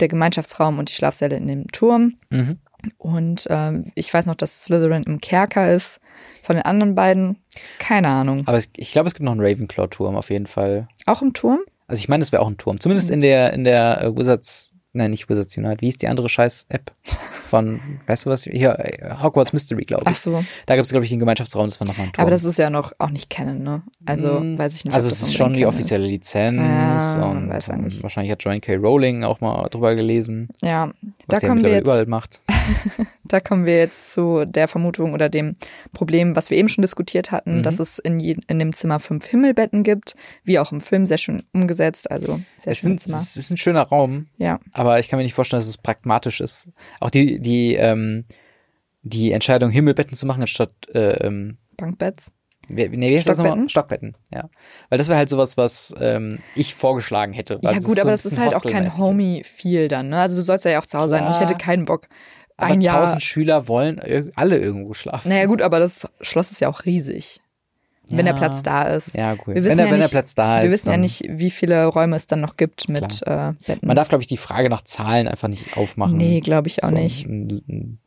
Speaker 1: der Gemeinschaftsraum und die Schlafsäle in dem Turm.
Speaker 2: Mhm.
Speaker 1: Und ähm, ich weiß noch, dass Slytherin im Kerker ist. Von den anderen beiden, keine Ahnung.
Speaker 2: Aber es, ich glaube, es gibt noch einen Ravenclaw-Turm auf jeden Fall.
Speaker 1: Auch im Turm?
Speaker 2: Also ich meine, es wäre auch ein Turm. Zumindest
Speaker 1: Hm.
Speaker 2: in der, in der äh, Wizards, nein, nicht Wizards Unite, wie ist die andere Scheiß-App von, weißt du was, hier, äh, Hogwarts Mystery, glaube
Speaker 1: Ach
Speaker 2: ich.
Speaker 1: so.
Speaker 2: Da gibt es, glaube ich, den Gemeinschaftsraum, das war nochmal ein Turm.
Speaker 1: Aber das ist ja noch auch nicht kennen, ne? Also
Speaker 2: Mm,
Speaker 1: weiß ich nicht.
Speaker 2: Also
Speaker 1: ob
Speaker 2: es
Speaker 1: das
Speaker 2: ist schon
Speaker 1: unbedingt
Speaker 2: die
Speaker 1: Canon
Speaker 2: offizielle Lizenz
Speaker 1: Ja, man
Speaker 2: und ähm,
Speaker 1: weiß ja nicht.
Speaker 2: wahrscheinlich hat Joanne K. Rowling auch mal drüber gelesen,
Speaker 1: Ist. Ja,
Speaker 2: was
Speaker 1: da
Speaker 2: sie ja
Speaker 1: kommen wir
Speaker 2: mittlerweile
Speaker 1: jetzt
Speaker 2: überall macht.
Speaker 1: da kommen wir jetzt zu der Vermutung oder dem Problem, was wir eben schon diskutiert hatten,
Speaker 2: Mhm.
Speaker 1: dass es in, je, in dem Zimmer fünf Himmelbetten gibt, wie auch im Film sehr schön umgesetzt, also sehr
Speaker 2: Es,
Speaker 1: schönes
Speaker 2: sind,
Speaker 1: Zimmer.
Speaker 2: es ist ein schöner Raum,
Speaker 1: Ja,
Speaker 2: aber ich kann mir nicht vorstellen, dass es pragmatisch ist. Auch die, die, ähm, die Entscheidung, Himmelbetten zu machen, anstatt äh, ähm,
Speaker 1: Bankbeds.
Speaker 2: Wer, nee, wie heißt das nochmal? Stockbetten, ja. Weil das wäre halt sowas, was ähm, ich vorgeschlagen hätte. weil
Speaker 1: ja
Speaker 2: Also es
Speaker 1: gut,
Speaker 2: so
Speaker 1: aber
Speaker 2: ein
Speaker 1: es ist
Speaker 2: bisschen
Speaker 1: halt auch kein
Speaker 2: hostelmäßig
Speaker 1: Homie-Feel dann, ne? Also du sollst ja auch zu Hause sein und ich
Speaker 2: Klar.
Speaker 1: hätte keinen Bock,
Speaker 2: Aber
Speaker 1: ein Jahr...
Speaker 2: tausend Schüler wollen ir- alle irgendwo schlafen.
Speaker 1: Naja gut, aber das Schloss ist ja auch riesig, wenn der
Speaker 2: Ja.
Speaker 1: Platz da ist.
Speaker 2: Ja, gut.
Speaker 1: Wir wissen
Speaker 2: wenn der,
Speaker 1: ja
Speaker 2: wenn
Speaker 1: nicht-
Speaker 2: der Platz da ist.
Speaker 1: Wir wissen ja
Speaker 2: dann-
Speaker 1: nicht, wie viele Räume es dann noch gibt mit äh, Betten.
Speaker 2: Man darf, glaube ich, die Frage nach Zahlen einfach nicht aufmachen.
Speaker 1: nee, glaube ich auch
Speaker 2: So
Speaker 1: nicht.
Speaker 2: Ein, ein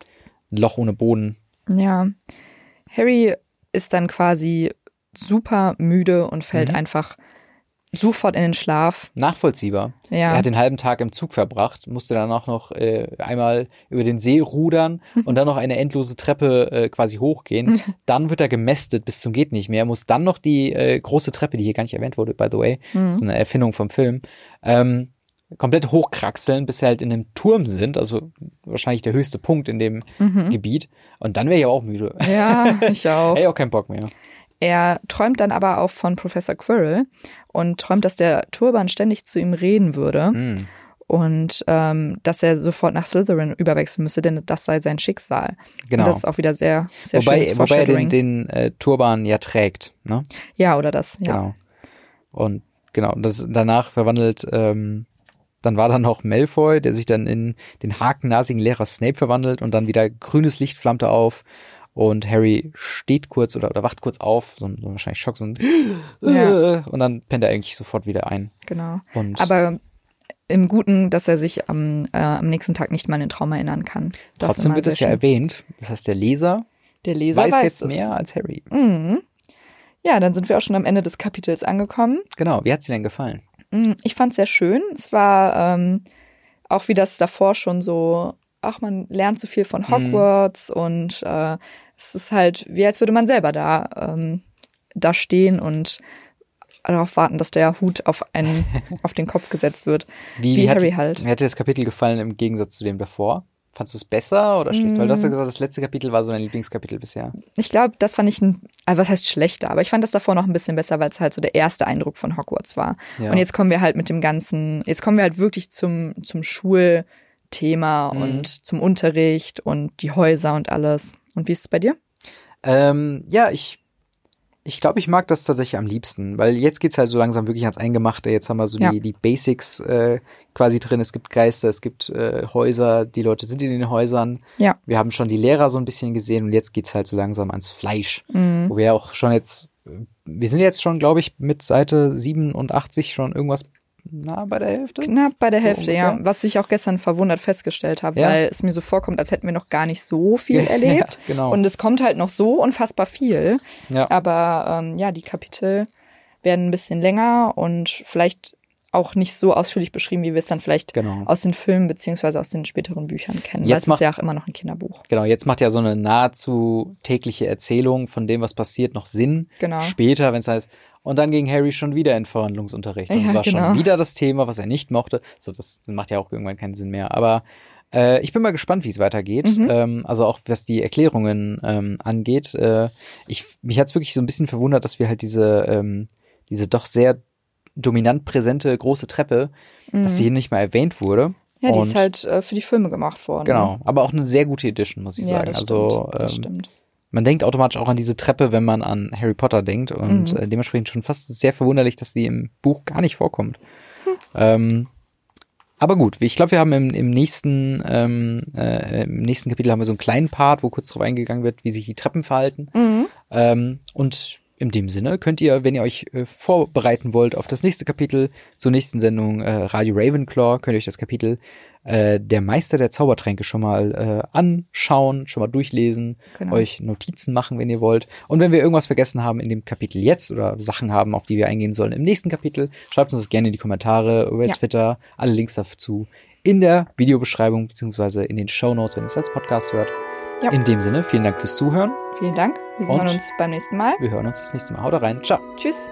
Speaker 2: Loch ohne Boden.
Speaker 1: Ja. Harry ist dann quasi super müde und fällt
Speaker 2: Mhm.
Speaker 1: einfach sofort in den Schlaf.
Speaker 2: Nachvollziehbar.
Speaker 1: Ja.
Speaker 2: Er hat den halben Tag im Zug verbracht, musste dann auch noch äh, einmal über den See rudern und dann noch eine endlose Treppe äh, quasi hochgehen. Dann wird er gemästet bis zum geht nicht mehr, muss dann noch die äh, große Treppe, die hier gar nicht erwähnt wurde, by the way,
Speaker 1: Hm.
Speaker 2: das ist eine Erfindung vom Film, ähm, komplett hochkraxeln, bis sie halt in einem Turm sind, also wahrscheinlich der höchste Punkt in dem
Speaker 1: Mhm.
Speaker 2: Gebiet. Und dann wäre ich auch müde.
Speaker 1: Ja, ich auch.
Speaker 2: Hätte ich auch keinen Bock mehr.
Speaker 1: Er träumt dann aber auch von Professor Quirrell und träumt, dass der Turban ständig zu ihm reden würde
Speaker 2: Hm.
Speaker 1: und ähm, dass er sofort nach Slytherin überwechseln müsste, denn das sei sein Schicksal.
Speaker 2: Genau.
Speaker 1: Und das ist auch wieder sehr, sehr
Speaker 2: wobei,
Speaker 1: schönes
Speaker 2: wobei er den,
Speaker 1: Foreshadowing.
Speaker 2: den äh, Turban ja trägt, ne?
Speaker 1: ja, oder das, ja.
Speaker 2: Genau. Und genau, das danach verwandelt, ähm, dann war dann noch Malfoy, der sich dann in den hakennasigen Lehrer Snape verwandelt und dann wieder grünes Licht flammte auf und Harry steht kurz oder, oder wacht kurz auf, so ein so ein wahrscheinlich Schock, so ein
Speaker 1: Ja.
Speaker 2: und dann pennt er eigentlich sofort wieder ein.
Speaker 1: genau.
Speaker 2: Und
Speaker 1: Aber im Guten, dass er sich am, äh, am nächsten Tag nicht mal an den Traum erinnern kann. Das
Speaker 2: trotzdem
Speaker 1: immer
Speaker 2: wird
Speaker 1: sehr
Speaker 2: es ja
Speaker 1: schön.
Speaker 2: erwähnt. Das heißt, der Leser,
Speaker 1: Der Leser weiß,
Speaker 2: weiß jetzt
Speaker 1: es.
Speaker 2: mehr als Harry.
Speaker 1: Mhm. Ja, dann sind wir auch schon am Ende des Kapitels angekommen.
Speaker 2: Genau, wie hat's dir denn gefallen?
Speaker 1: Mhm, Ich fand es sehr schön. Es war ähm, auch wie das davor schon so, ach, man lernt so viel
Speaker 2: Mhm.
Speaker 1: von Hogwarts und äh, es ist halt, wie als würde man selber da, ähm, da stehen und darauf warten, dass der Hut auf, einen, auf den Kopf gesetzt wird. Wie
Speaker 2: hat-
Speaker 1: Harry halt.
Speaker 2: Mir hat dir das Kapitel gefallen im Gegensatz zu dem davor. Fandst du es besser oder schlecht? Weil du hast
Speaker 1: Mm.
Speaker 2: ja gesagt, das letzte Kapitel war so dein Lieblingskapitel bisher.
Speaker 1: ich glaube, das fand ich, ein, also was heißt schlechter, aber ich fand das davor noch ein bisschen besser, weil es halt so der erste Eindruck von Hogwarts war.
Speaker 2: Ja.
Speaker 1: Und jetzt kommen wir halt mit dem ganzen, jetzt kommen wir halt wirklich zum, zum Schulthema
Speaker 2: Mhm.
Speaker 1: und zum Unterricht und die Häuser und alles. Und wie ist es bei dir?
Speaker 2: Ähm, ja, ich, ich glaube, ich mag das tatsächlich am liebsten, weil jetzt geht's halt so langsam wirklich ans Eingemachte. Jetzt haben wir so
Speaker 1: Ja.
Speaker 2: die, die Basics äh, quasi drin. Es gibt Geister, es gibt äh, Häuser, die Leute sind in den Häusern.
Speaker 1: Ja.
Speaker 2: Wir haben schon die Lehrer so ein bisschen gesehen und jetzt geht's halt so langsam ans Fleisch.
Speaker 1: Mhm.
Speaker 2: Wo wir auch schon jetzt, wir sind jetzt schon, glaube ich, mit Seite 87 schon irgendwas nah bei der Hälfte.
Speaker 1: Knapp bei der
Speaker 2: So
Speaker 1: Hälfte, ja.
Speaker 2: ungefähr.
Speaker 1: Was ich auch gestern verwundert festgestellt habe,
Speaker 2: Ja.
Speaker 1: weil es mir so vorkommt, als hätten wir noch gar nicht so viel erlebt.
Speaker 2: Ja, genau.
Speaker 1: Und es kommt halt noch so unfassbar viel.
Speaker 2: ja.
Speaker 1: Aber ähm, ja, die Kapitel werden ein bisschen länger und vielleicht auch nicht so ausführlich beschrieben, wie wir es dann vielleicht
Speaker 2: Genau.
Speaker 1: aus den Filmen beziehungsweise aus den späteren Büchern kennen.
Speaker 2: Jetzt
Speaker 1: weil es ist
Speaker 2: macht-
Speaker 1: ja auch immer noch ein Kinderbuch.
Speaker 2: Genau, jetzt macht ja so eine nahezu tägliche Erzählung von dem, was passiert, noch Sinn.
Speaker 1: Genau.
Speaker 2: Später, wenn es heißt, und dann ging Harry schon wieder in Verhandlungsunterricht. Und
Speaker 1: Ja,
Speaker 2: es war
Speaker 1: genau.
Speaker 2: schon wieder das Thema, was er nicht mochte. So, das macht ja auch irgendwann keinen Sinn mehr. Aber äh, ich bin mal gespannt, wie es weitergeht.
Speaker 1: Mhm.
Speaker 2: Ähm, also auch was die Erklärungen ähm, angeht. Äh, ich, mich hat's wirklich so ein bisschen verwundert, dass wir halt diese, ähm, diese doch sehr dominant präsente große Treppe, dass sie hier nicht mal erwähnt wurde.
Speaker 1: Mhm. Ja, die
Speaker 2: Und-
Speaker 1: ist halt äh, für die Filme gemacht worden. ne?
Speaker 2: Genau, aber auch eine sehr gute Edition, muss ich
Speaker 1: Ja,
Speaker 2: sagen.
Speaker 1: das
Speaker 2: also
Speaker 1: stimmt. das
Speaker 2: ähm,
Speaker 1: stimmt.
Speaker 2: man denkt automatisch auch an diese Treppe, wenn man an Harry Potter denkt und
Speaker 1: Mhm.
Speaker 2: äh, dementsprechend schon fast sehr verwunderlich, dass sie im Buch gar nicht vorkommt. Ähm, aber gut, ich glaube, wir haben im, im nächsten ähm, äh, im nächsten Kapitel haben wir so einen kleinen Part, wo kurz darauf eingegangen wird, wie sich die Treppen verhalten.
Speaker 1: Mhm.
Speaker 2: Ähm, und in dem Sinne könnt ihr, wenn ihr euch äh, vorbereiten wollt auf das nächste Kapitel zur nächsten Sendung äh, Radio Ravenclaw, könnt ihr euch das Kapitel äh, Der Meister der Zaubertränke schon mal äh, anschauen, schon mal durchlesen,
Speaker 1: Genau.
Speaker 2: euch Notizen machen, wenn ihr wollt. Und wenn wir irgendwas vergessen haben in dem Kapitel jetzt oder Sachen haben, auf die wir eingehen sollen im nächsten Kapitel, schreibt uns das gerne in die Kommentare über
Speaker 1: Ja.
Speaker 2: Twitter. Alle Links dazu in der Videobeschreibung beziehungsweise in den Shownotes, wenn ihr es als Podcast hört.
Speaker 1: Ja.
Speaker 2: In dem Sinne, vielen Dank fürs Zuhören.
Speaker 1: Vielen Dank. Wir sehen
Speaker 2: Und-
Speaker 1: uns beim nächsten Mal.
Speaker 2: Wir hören uns das nächste Mal. Haut rein. Ciao.
Speaker 1: Tschüss.